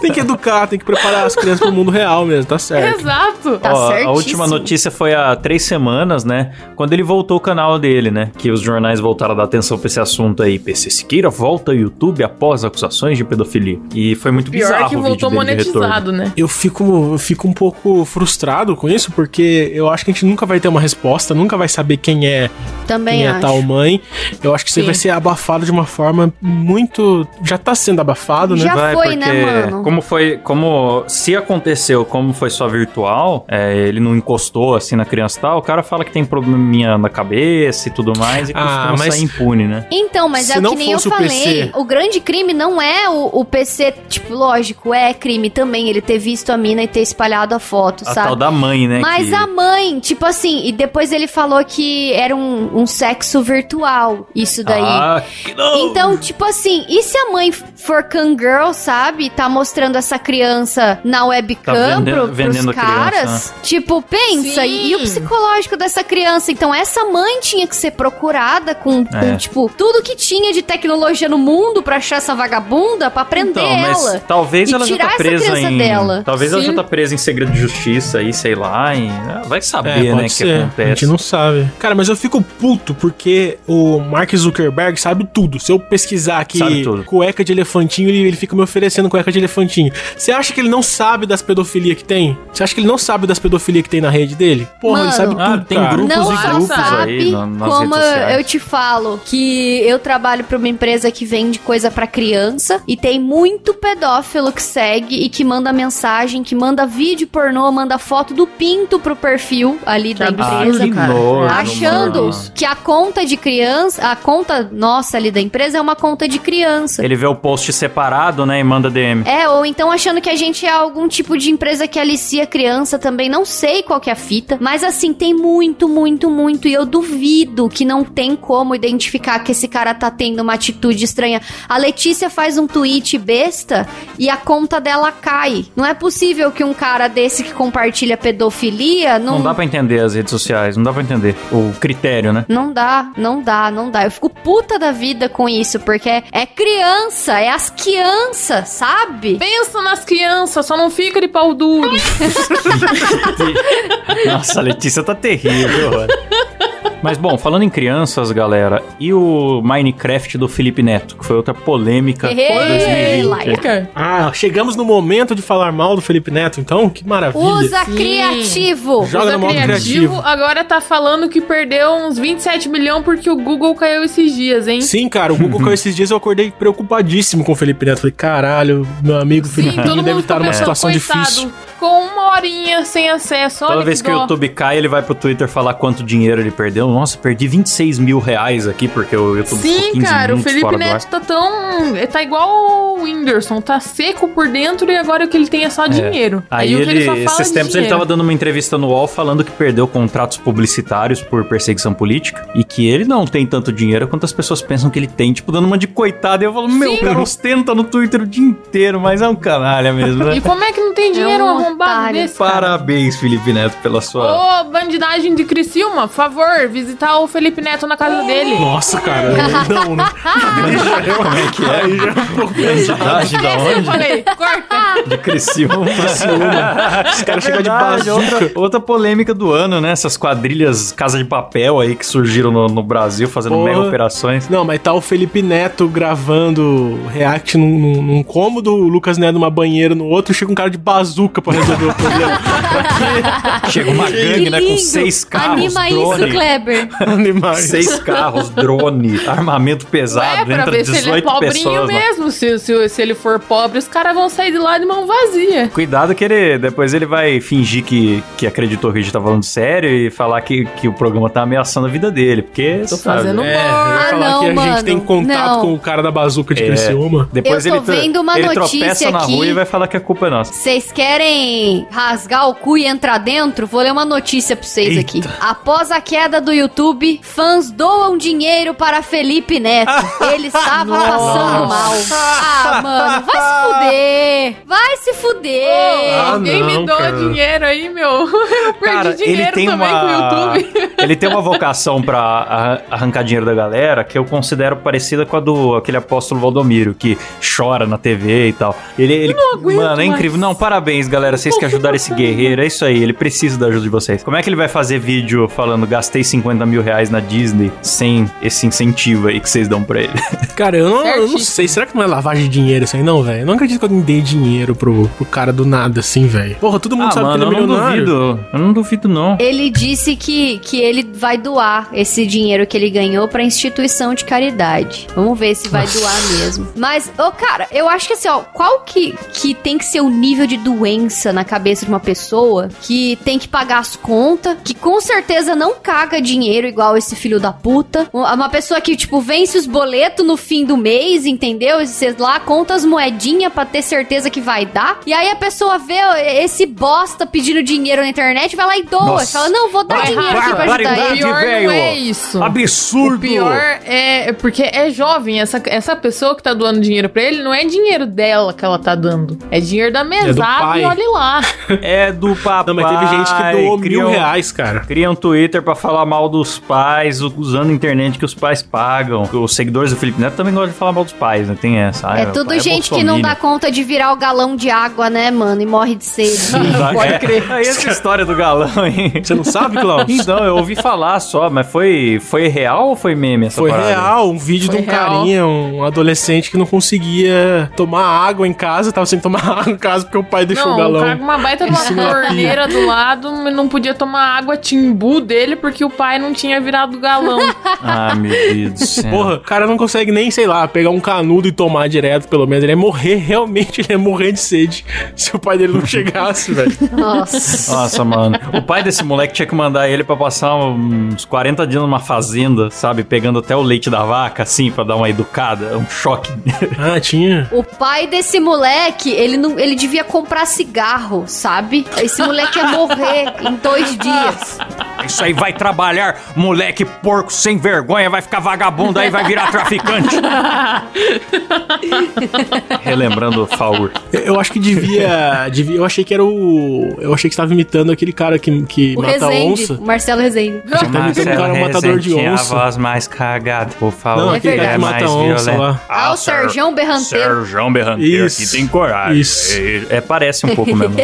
S2: Tem que educar, tem que preparar as crianças pro mundo real mesmo, tá certo.
S5: Exato. é
S3: Tá
S1: Ó, a
S3: certíssimo.
S1: última notícia foi há três semanas, né? Quando ele voltou o canal dele, né? Que os jornais voltaram a dar atenção pra esse assunto aí. PC Siqueira volta ao YouTube após acusações de pedofilia. E foi muito
S5: Pior
S3: é
S1: bizarro
S5: que
S1: o vídeo
S5: voltou
S1: dele de retorno.
S5: monetizado, né?
S2: Eu fico, eu fico um pouco frustrado com isso, porque eu acho que a gente nunca vai ter uma resposta, nunca vai saber quem é
S3: Também
S2: quem é
S3: acho.
S2: tal mãe. Eu acho que isso aí
S5: Sim.
S2: vai ser abafado de uma forma muito. Já tá sendo abafado, né?
S3: Já foi, né,
S1: porque
S3: mano?
S1: Como foi, como se aconteceu, como foi só virtual, é, ele não encostou assim na criança e tal, o cara fala que tem probleminha na cabeça e tudo mais e
S2: Ah,
S1: costuma
S2: mas-
S1: sair impune, né?
S3: Então, mas
S2: Se
S3: é o
S2: não
S3: que nem eu
S2: fosse o
S3: falei.
S2: PC.
S3: O grande crime não é o, o PC, tipo, lógico, é crime também ele ter visto a mina e ter espalhado a foto,
S1: A
S3: sabe?
S1: tal da mãe, né?
S3: Mas
S1: que-
S3: a mãe, tipo assim, e depois ele falou que era um, um sexo virtual, isso daí.
S1: Ah, que não!
S3: Então, tipo assim, e se a mãe for cangirl, sabe? Tá mostrando essa criança na webcam
S1: Tá vendendo-
S3: pro, pros
S1: vendendo
S3: caras.
S1: criança, né?
S3: Tipo, pensa, e, e o
S5: Sim.
S3: psicológico dessa criança? Então, essa mãe tinha que ser procurada com, com,
S1: É.
S3: tipo, tudo que tinha de tecnologia no mundo pra achar essa vagabunda, pra prender
S1: Então, mas
S3: ela.
S1: talvez
S3: E
S1: ela já
S3: tirar
S1: tá
S3: essa
S1: presa
S3: criança
S1: em.
S3: dela.
S1: Talvez ela
S5: Sim.
S1: já tá presa em segredo de justiça aí, sei lá. em- Vai saber,
S2: É,
S1: né,
S2: pode
S1: o que
S2: ser. A gente
S1: acontece.
S2: não sabe. Cara, mas eu fico puto porque o Mark Zuckerberg sabe tudo. Se eu pesquisar aqui
S1: Sabe tudo.
S2: cueca de elefantinho, ele, ele fica me oferecendo cueca de elefantinho. Você acha que ele não sabe das pedofilia que tem? Você acha que ele não sabe das pedofilia que tem na rede dele? Porra,
S3: Mano.
S2: ele sabe tudo,
S1: Ah, tem
S2: cara.
S1: grupos
S3: não
S1: e
S3: só
S1: grupos
S3: sabe
S1: aí na- nas
S3: como
S1: redes sociais.
S3: eu te falo que eu trabalho pra uma empresa que vende coisa pra criança e tem muito pedófilo que segue e que manda mensagem, que manda vídeo pornô, manda foto do pinto pro perfil ali da
S5: absurdo,
S3: empresa.
S5: cara.
S1: Ah, nojo,
S3: Achando
S1: mano.
S3: que a conta de criança, a conta nossa ali da empresa é uma conta de criança.
S1: Ele vê o post separado, né, e manda DM.
S3: É, ou então achando que a gente é algum tipo de empresa que alicia criança também. Não sei qual que é a fita. Mas assim, tem muito, muito, muito. E eu duvido que não tem como identificar que esse cara tá tendo uma atitude estranha. A Letícia faz um tweet besta e a conta dela cai. Não é possível que um cara desse que compartilha pedofilia não.
S1: Não dá pra entender as redes sociais, não dá pra entender o critério, né?
S3: Não dá, não dá, não dá. Eu fico puta da vida com isso, porque é- é criança, é as crianças, sabe?
S5: Pensa nas crianças, só não fica de pau duro.
S1: Nossa, a Letícia tá terrível, mano. Mas bom, falando em crianças, galera, e o Minecraft do Felipe Neto, que foi outra polêmica de 2020.
S3: Ei, Laia.
S2: Ah, chegamos no momento de falar mal do Felipe Neto, então? Que maravilha.
S3: Usa
S5: Sim.
S3: criativo.
S2: Joga
S5: Usa
S2: no modo criativo.
S5: agora tá falando que perdeu uns 27 milhões porque o Google caiu esses dias, hein?
S2: Sim, cara, o Google caiu esses dias eu acordei preocupadíssimo com o Felipe Neto. Falei, caralho, meu amigo Felipe deve estar numa
S5: ficou
S2: situação
S5: pensando,
S2: difícil.
S5: Com uma horinha sem acesso, olha
S1: Toda vez que o
S5: dó.
S1: YouTube cai, ele vai pro Twitter falar quanto dinheiro ele perdeu. Nossa, perdi 26 mil reais aqui, porque o YouTube ficou
S5: Sim,
S1: 15
S5: cara, o
S1: minutos
S5: Felipe
S1: fora do ar.
S5: Neto tá tão. Tá igual o Whindersson, tá seco por dentro e agora o que ele tem é só dinheiro.
S1: Aí
S5: o que
S1: ele,
S5: só fala
S1: esses
S5: de
S1: tempos ele
S5: dinheiro.
S1: tava dando uma entrevista no UOL falando que perdeu contratos publicitários por perseguição política e que ele não tem tanto dinheiro quanto as pessoas pensam que ele tem, tipo, dando uma de coitado. E eu falo, meu, o cara ostenta no Twitter o dia inteiro, mas é um canalha mesmo,
S5: E
S1: né?
S5: como é que não tem dinheiro
S3: um
S5: arrombado
S3: otário.
S5: desse, cara?
S1: Parabéns, Felipe Neto, pela sua...
S5: Ô, bandidagem de Criciúma, por favor, visitar o Felipe Neto na casa dele.
S2: Nossa, cara, não, né?
S1: Como é que é?
S2: um
S1: Identidade da
S5: Esse eu
S1: onde?
S5: falei, corta.
S1: De Criciúma. um Os caras chegam de
S2: verdade,
S1: outra, outra polêmica do ano, né? Essas quadrilhas Casa de Papel aí que surgiram no, no Brasil fazendo
S2: Porra.
S1: mega operações.
S2: Não, mas tá o Felipe Neto gravando react num, num- num cômodo, o Lucas Neto numa banheira no outro, e chega um cara de bazuca pra resolver o problema.
S1: Chega uma
S3: Que
S1: gangue, né? Com
S3: lindo.
S1: seis carros,
S3: Anima
S1: drone.
S3: isso, Kleber.
S2: Animais.
S1: Seis carros, drone, armamento pesado,
S5: é, pra
S1: entra
S5: ver se ele é
S1: 18
S5: pobrinho
S1: pessoas. lá.
S5: mesmo. Se, se, se ele for pobre, os caras vão sair de lá de mão vazia.
S1: Cuidado que ele, depois ele vai fingir que, que acreditou que a gente tá falando sério e falar que, que o programa tá ameaçando a vida dele, porque...
S5: Tô
S1: sabe,
S5: fazendo
S1: né?
S2: É, eu ia
S3: Ah,
S2: falar
S3: não,
S2: que a gente
S3: mano,
S2: tem contato
S3: não.
S2: com o cara da bazuca de
S1: É.
S2: Criciúma.
S1: Depois
S3: Eu tô
S1: ele, tro-
S3: vendo uma
S1: ele
S3: notícia
S1: tropeça na
S3: aqui.
S1: rua e vai falar que a culpa é nossa.
S3: Vocês querem rasgar o cu e entrar dentro? Vou ler uma notícia pra vocês
S1: Eita.
S3: aqui. Após a queda do YouTube, fãs doam dinheiro para Felipe Neto. Ele estava passando mal. Ah, mano, vai se fuder. Vai se fuder.
S2: Ah,
S5: Alguém
S2: não,
S5: me doa
S2: cara.
S5: dinheiro aí, meu. Eu perdi dinheiro também com o YouTube.
S1: ele tem uma vocação pra arran- arrancar dinheiro da galera que eu considero parecida com a do aquele apóstolo Valdomiro, que chora na TV e tal. Ele, ele-
S5: aguento
S1: mano, é
S5: mais.
S1: incrível. Não, parabéns, galera, vocês que ajudaram esse guerreiro, é isso aí, ele precisa da ajuda de vocês. Como é que ele vai fazer vídeo falando gastei 50 mil reais na Disney sem esse incentivo aí que vocês dão pra ele?
S2: Cara, eu não, eu não
S5: Certíssimo.
S2: sei. Será que não é lavagem de dinheiro isso aí, não, velho? Eu não acredito que eu dei dinheiro pro, pro cara do nada, assim, velho. Porra, todo mundo
S1: Ah,
S2: sabe
S1: mano,
S2: que ele é
S1: eu não
S2: milionário.
S1: duvido, eu não duvido não.
S3: Ele disse que, que ele vai doar esse dinheiro que ele ganhou pra instituição de caridade. Vamos ver se vai doar mesmo. Mas, ô cara, eu acho que assim, ó, qual que, que tem que ser o nível de doença na cabeça de uma pessoa que tem que pagar as contas, que com certeza não caga dinheiro igual esse filho da puta. Uma pessoa que, tipo, vence os boletos no fim do mês, entendeu? E Sei lá, conta as moedinhas pra ter certeza que vai dar. E aí a pessoa vê esse bosta pedindo dinheiro na internet, vai lá e doa.
S1: Nossa.
S3: Fala, não,
S5: Tá
S3: vou dar
S1: Vai
S3: dinheiro
S1: bar-
S3: aqui pra ajudar
S1: barbaridade.
S3: ele.
S5: pior
S1: velho.
S5: não é isso.
S1: Absurdo!
S5: O pior é é porque é jovem. Essa, essa pessoa que tá doando dinheiro pra ele não é dinheiro dela que ela tá dando. É dinheiro da mesada
S2: pai.
S5: e olhe lá.
S1: É do papai.
S2: Não, mas teve gente que doou mil
S1: criam-
S2: reais, cara.
S1: Cria um Twitter pra falar mal dos pais, u- usando a internet que os pais pagam. Os seguidores do Felipe Neto também gostam de falar mal dos pais, né? Tem essa. Ah,
S3: É
S1: meu
S3: tudo
S1: pai
S3: gente que não dá conta de virar o galão de água, né, mano? E morre de sede.
S1: bolsominion.
S5: Pode crer.
S1: É, aí essa história do galão, hein?
S2: Você não sabe, Klaus?
S1: Não, eu ouvi falar só, mas foi, foi real ou foi meme essa
S2: Foi
S1: parada?
S2: real, um vídeo
S5: Foi
S2: de um
S5: real.
S2: carinha, um adolescente que não conseguia tomar água em casa, tava sem tomar água em casa porque o pai deixou o
S5: não, o
S2: galão.
S5: cara com uma baita de uma
S2: Esse meu
S5: torneira do lado mas não podia tomar água timbu dele porque o pai não tinha virado galão.
S1: Ah, meu Deus do céu.
S2: Porra, o cara não consegue nem, sei lá, pegar um canudo e tomar direto, pelo menos. Ele ia morrer, realmente, ele ia morrer de sede se o pai dele não chegasse, velho.
S3: Nossa.
S1: Nossa, mano. O pai desse moleque tinha que mandar ele pra passar um, uns 40 dias numa fazenda, sabe? Pegando até o leite da vaca, assim, pra dar uma educada, um choque.
S2: Ah, tinha.
S3: O pai desse moleque, ele não, ele devia comprar cigarro, sabe? Esse moleque ia morrer em dois dias.
S1: Isso aí vai trabalhar, moleque porco sem vergonha, vai ficar vagabundo aí, vai virar traficante. Relembrando o Faur.
S2: Eu acho que devia, devia- Eu achei que era o. Eu achei que estava imitando aquele cara que, que
S3: O
S2: mata
S3: Rezende,
S2: onça.
S3: o Marcelo Rezende.
S2: Tá imitando o cara matador de onça.
S1: voz mais cagada, por favor.
S2: Não, é
S3: aquele cara que
S1: é mais
S2: mata onça
S1: violento.
S2: lá.
S3: Ah, o
S1: Ser-
S3: Serjão Berranteiro.
S1: Serjão Berranteiro
S2: Isso.
S1: que tem coragem.
S2: Isso.
S1: É, é, parece um pouco mesmo.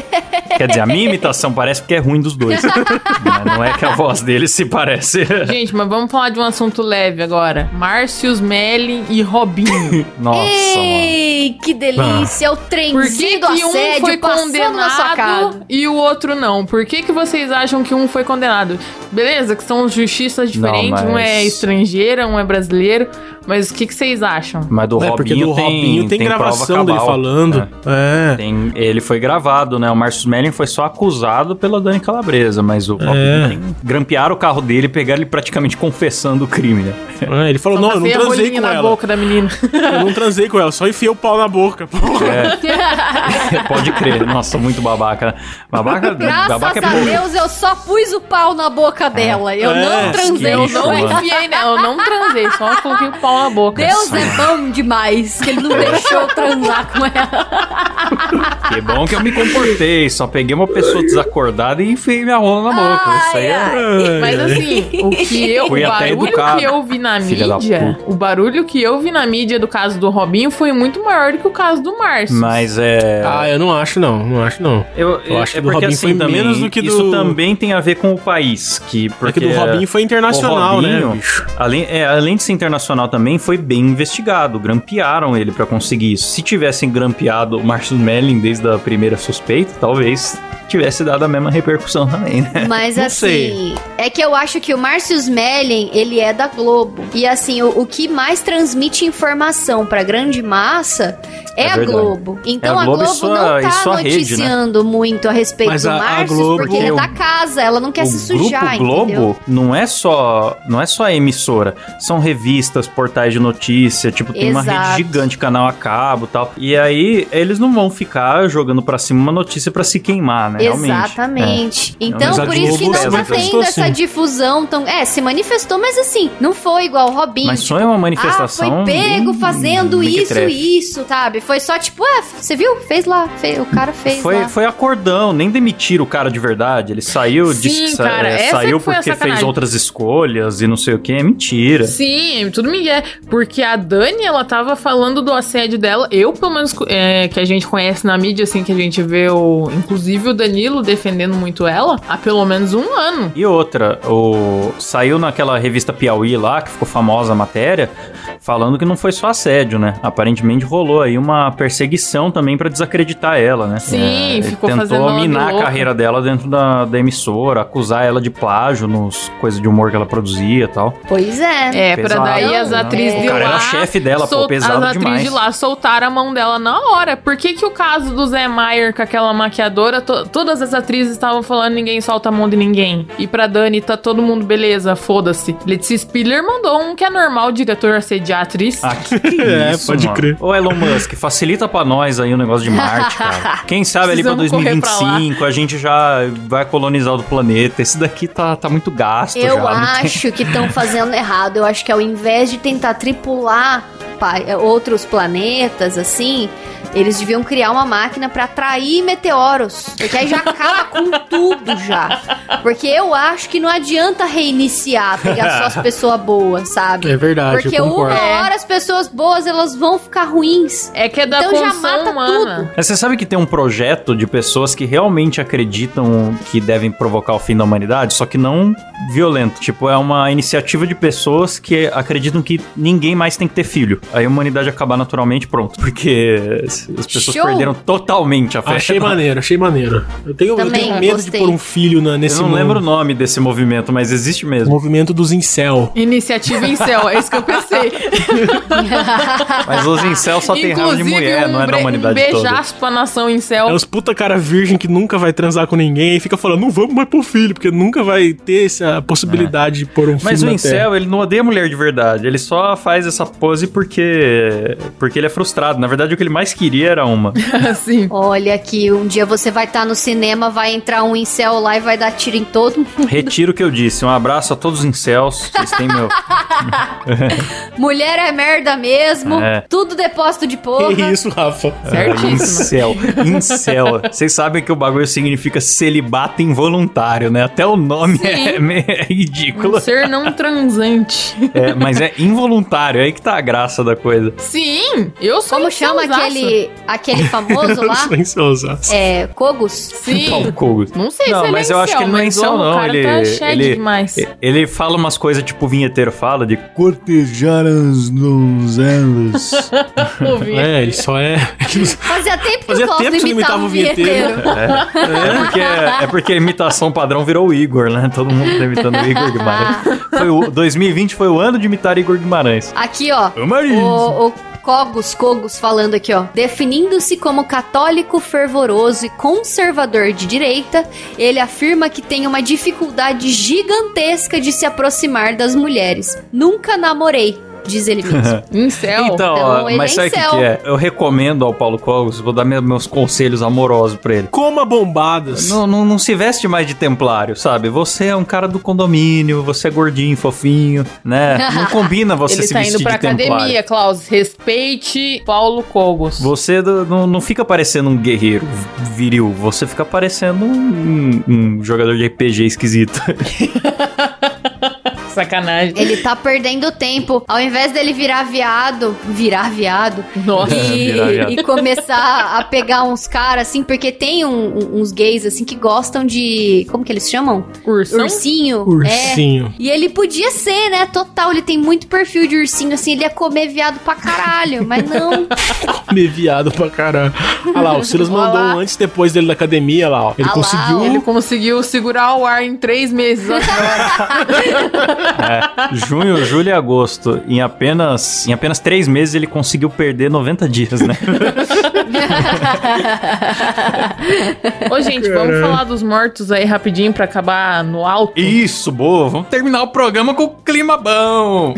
S1: Quer dizer, a minha imitação parece porque é ruim dos dois. Mas não é que a voz dele se parece.
S5: Gente, mas vamos falar de um assunto leve agora. Márcios, Melly e Robinho.
S1: Nossa, mano.
S3: Ei, que delícia! O trenzinho
S5: Por que,
S3: do
S5: que um
S3: assédio
S5: foi
S3: passando na sua casa.
S5: condenado e o outro não? Por que, que vocês acham que um foi condenado? Beleza, que são justiças diferentes,
S1: Não,
S5: um
S1: mas-
S5: é estrangeiro, um é brasileiro, mas o que, que vocês acham?
S1: Mas do
S2: É,
S1: Robinho,
S2: porque do
S1: tem,
S2: Robinho tem,
S1: prova
S2: gravação dele
S1: cabal.
S2: falando.
S1: É.
S2: É.
S1: Tem- ele foi gravado, né? O Marcius Melling foi só acusado pela Dani Calabresa, mas o Robinho tem grampearam o carro dele e pegaram ele praticamente confessando o crime, né?
S2: Ah, ele falou,
S5: Só
S2: não, eu não
S5: passei a
S2: transei
S5: rolinha
S2: com
S5: na
S2: ela.
S5: boca da menina.
S2: Eu não transei com ela, só enfiei o pau na boca. porra.
S1: Pode crer. Nossa, muito babaca. né? Babaca, babaca
S3: Graças
S1: é
S3: a
S1: pouco.
S3: Deus eu só pus o pau na boca dela. Eu
S2: É,
S3: não transei.
S1: que
S5: Eu não
S1: Boa.
S5: enfiei nela, eu não transei, só coloquei o pau na boca.
S3: Deus é bom demais que ele não deixou eu transar com ela.
S1: Que bom que eu me comportei. Só peguei uma pessoa desacordada e enfiei minha rola na boca. Isso aí é...
S5: Mas assim, o que eu,
S1: Fui
S5: o
S1: até
S5: barulho
S1: educado,
S5: que eu vi na
S1: filha da
S5: mídia, o barulho que eu vi na mídia do caso do Robinho foi muito maior do que o caso do Márcio.
S1: Mas é...
S2: Ah, eu não acho não, não acho não.
S1: Eu,
S2: Eu acho
S1: é
S2: que do
S1: porque,
S2: Robinho
S1: assim,
S2: foi
S1: também,
S2: menos do que do-
S1: Isso também tem a ver com o país, que porque
S2: Porque É do Robinho foi internacional, né, bicho?
S1: Além, é, além de ser internacional também, foi bem investigado. Grampearam ele pra conseguir isso. Se tivessem grampeado o Marcio Melling desde a primeira suspeita, talvez tivesse dado a mesma repercussão também, né?
S3: Mas
S2: Não
S3: assim, é que eu acho que o Márcio Smelling, ele é da Globo. E assim, o, o que mais transmite informação pra grande massa é,
S1: É
S3: a
S1: verdade.
S3: Globo. Então
S1: É
S3: a
S1: a
S3: Globo,
S1: Globo e sua-
S3: não tá
S1: e sua rede, né?
S3: noticiando muito a respeito
S2: Mas
S3: do
S2: a- a
S3: Márcio,
S2: Globo-
S3: porque ele é da casa, ela não quer
S1: o
S3: se sujar,
S1: Grupo Globo
S3: entendeu?
S1: não é só não é só a emissora, são revistas, portais de notícia, tipo, tem uma
S3: Exato.
S1: rede gigante, canal a cabo e tal. E aí eles não vão ficar jogando pra cima uma notícia pra se queimar, né? Realmente. É.
S3: Exatamente. Então,
S1: Mas assim. a
S3: por isso que
S1: Globo
S3: não
S1: se
S3: tá
S2: manifestou,
S3: tendo essa
S2: sim.
S3: difusão tão. É, se manifestou, mas assim, não foi igual o
S1: É.
S3: Robinho.
S1: Mas
S3: tipo,
S1: só é uma
S3: Ah,
S1: manifestação.
S3: foi pego
S1: bem-
S3: fazendo
S1: bem que
S3: isso
S1: trefe.
S3: e isso, sabe? Foi só tipo, ah, você viu? Fez lá, fez- o cara fez
S1: Foi,
S3: lá.
S1: foi acordão, nem demitiram o cara de verdade. Ele saiu,
S5: Sim,
S1: disse que sa-
S5: cara,
S1: é,
S5: essa
S1: saiu
S5: que foi a
S1: porque fez
S5: sacanagem.
S1: outras escolhas e não sei o que. É mentira.
S5: Sim, tudo Miguel. Porque a Dani, ela tava falando do assédio dela. Eu, pelo menos, é, que a gente conhece na mídia, assim, que a gente vê, o, inclusive o Danilo defendendo muito ela, há pelo menos um ano.
S1: E outra, o... saiu naquela revista Piauí lá, que ficou famosa a matéria, falando que não foi só assédio, né? Aparentemente rolou aí uma perseguição também pra desacreditar ela, né?
S5: Sim,
S1: ele
S5: ficou
S1: Tentou
S5: fazendo ela de
S1: minar a
S5: louca.
S1: carreira dela dentro da, da emissora, acusar ela de plágio nos coisas de humor que ela produzia e tal.
S3: Pois é.
S5: É,
S1: Pesado,
S5: pra daí as
S1: né?
S5: atrizes
S1: O
S5: de
S1: cara
S5: lá...
S1: era chefe dela, pô,
S5: sol-
S1: pesado
S5: As atrizes
S1: demais.
S5: de lá soltaram a mão dela na hora. Por que que o caso do Zé Maier com aquela maquiadora, to- todas as atrizes estavam falando ninguém solta a mão de ninguém. E pra Dani tá todo mundo beleza, foda-se. Letícia Spiller mandou um que é normal o diretor assediar a atriz.
S1: Ah, que que é,
S2: É,
S1: isso,
S2: pode
S1: mano?
S2: crer.
S1: Ô Elon Musk, facilita pra nós aí o negócio de Marte, cara. Quem sabe ali pra
S5: Precisamos correr pra
S1: 2025 a gente já vai colonizar outro planeta. Esse daqui tá, tá muito gasto
S3: Eu
S1: já. não tem-
S3: acho que estão fazendo errado. Eu acho que ao invés de tentar tripular pa- é, outros planetas, assim, eles deviam criar uma máquina pra atrair meteoros. Porque aí já acaba com tudo já. Porque eu acho que não adianta reiniciar, pegar só as pessoas boas, sabe?
S2: É verdade,
S3: Porque
S2: eu
S3: uma
S2: concordo.
S3: hora as pessoas boas elas vão ficar ruins.
S5: É que é da
S3: Então já
S5: condição
S3: mata
S5: humana.
S3: tudo.
S1: Mas Você sabe que tem um projeto de pessoas que realmente acreditam que devem provocar o fim da humanidade, só que não violento. Tipo, é uma iniciativa de pessoas que acreditam que ninguém mais tem que ter filho. Aí a humanidade acabar naturalmente, pronto. Porque as pessoas
S3: Show!
S1: perderam totalmente a fé.
S2: Ah, Achei maneiro, achei maneiro. Eu tenho, eu
S3: Também,
S2: tenho medo de
S3: gostei.
S2: pôr um filho na-
S1: Eu
S2: nesse
S1: não
S2: mundo.
S1: lembro o nome desse movimento, mas existe mesmo.
S2: Movimento dos incel.
S5: Iniciativa em céu, é isso que eu pensei.
S1: Mas os incel só tem raiva de mulher, não é da
S5: bre-
S1: humanidade
S5: um
S1: toda.
S5: beijaço pra nação em céu.
S2: É uns puta cara virgem que nunca vai transar com ninguém e fica falando, não vamos mais pôr filho, porque nunca vai ter essa possibilidade de pôr um filho
S1: Mas o
S2: na Terra.
S1: incel, ele não odeia mulher de verdade. Ele só faz essa pose porque porque ele é frustrado. Na verdade, o que ele mais queria era uma.
S5: Assim.
S3: Olha que um dia você vai estar no cinema, vai entrar um incel lá e vai dar tiro em todo mundo.
S1: Retiro o que eu disse. Um abraço a todos os incels. Vocês têm meu...
S3: Mulher é merda mesmo,
S1: É.
S3: tudo depósito de
S2: Que
S3: porra.
S2: isso, Rafa?
S5: Certíssimo.
S1: Incel. Incel. Vocês sabem que o bagulho significa celibato involuntário, né? Até o nome é, é
S5: Um
S1: ridículo.
S5: ser não transante.
S1: É, mas é involuntário. É aí que tá a graça da coisa.
S5: Sim, eu sou um
S3: Como chama
S5: incelzaça.
S3: aquele, aquele famoso lá?
S2: Sou incelzaço.
S3: É, Kogus?
S1: Paulo
S5: Sim.
S1: Cougas.
S5: Não sei
S1: Então. Não,
S5: se ele
S1: mas
S5: é
S1: eu acho
S5: incel,
S1: que ele não é
S5: mas,
S1: incel,
S5: ó,
S1: não.
S5: O cara
S1: Ele-
S5: tá shed
S1: ele- é-
S5: demais.
S1: Ele fala umas coisas tipo o vinheteiro fala de cortejar as donzelas.
S5: Ouvi.
S1: Né?
S2: É, ele só é.
S3: Fazia tempo que
S2: Fazia
S3: o Klaus
S2: tempo que não
S3: imitava
S2: imitava
S3: um
S2: o vinheteiro.
S3: vinheteiro.
S1: É, é porque, é porque a imitação padrão virou o Igor, né? Todo mundo tá imitando o Igor Guimarães. Foi o, 2020 foi o ano de imitar Igor Guimarães.
S3: Aqui, ó.
S1: Ô, Maris.
S3: O, o Cogos, Cogos falando aqui, ó. Definindo-se como católico fervoroso e conservador de direita, ele afirma que tem uma dificuldade gigantesca de se aproximar das mulheres. Nunca namorei, diz ele mesmo.
S5: Em céu.
S1: Então,
S3: Então,
S1: ó,
S3: ele
S1: mas
S3: é
S1: sabe o que,
S3: incel.
S1: que é? Eu recomendo ao Paulo Cogos, vou dar me- meus conselhos amorosos pra ele.
S2: Coma bombadas.
S1: Não, não, não se veste mais de templário, sabe? Você é um cara do condomínio, você é gordinho, fofinho, né? Não combina você
S5: Ele
S1: se
S5: tá
S1: vestir
S5: indo pra
S1: de templário.
S5: academia, Klaus. Respeite Paulo Cogos.
S1: Você do- não, não fica parecendo um guerreiro viril, você fica parecendo um, um jogador de RPG esquisito.
S5: Sacanagem.
S3: Ele tá perdendo tempo. Ao invés dele virar viado, virar viado,
S5: Nossa.
S3: e,
S1: Virar viado.
S3: e começar a pegar uns caras, assim, porque tem um- um- uns gays, assim, que gostam de. Como que eles chamam?
S5: Ursão?
S3: Ursinho. É.
S2: Ursinho.
S3: E ele podia ser, né? Total, ele tem muito perfil de ursinho, assim, ele ia comer viado pra caralho, mas não.
S2: Me viado pra caralho. Olha lá, o Silas
S5: Olha
S2: mandou
S5: lá.
S2: um antes e depois dele da academia lá, ó. Ele
S3: Olha lá,
S2: conseguiu.
S3: ó.
S5: Ele conseguiu segurar o ar em três meses.
S1: É, junho, julho e agosto. Em apenas, em apenas três meses ele conseguiu perder 90 dias, né?
S5: Ô, gente, vamos falar dos mortos aí rapidinho pra acabar no alto?
S1: Isso, boa. Vamos terminar o programa com o clima bom.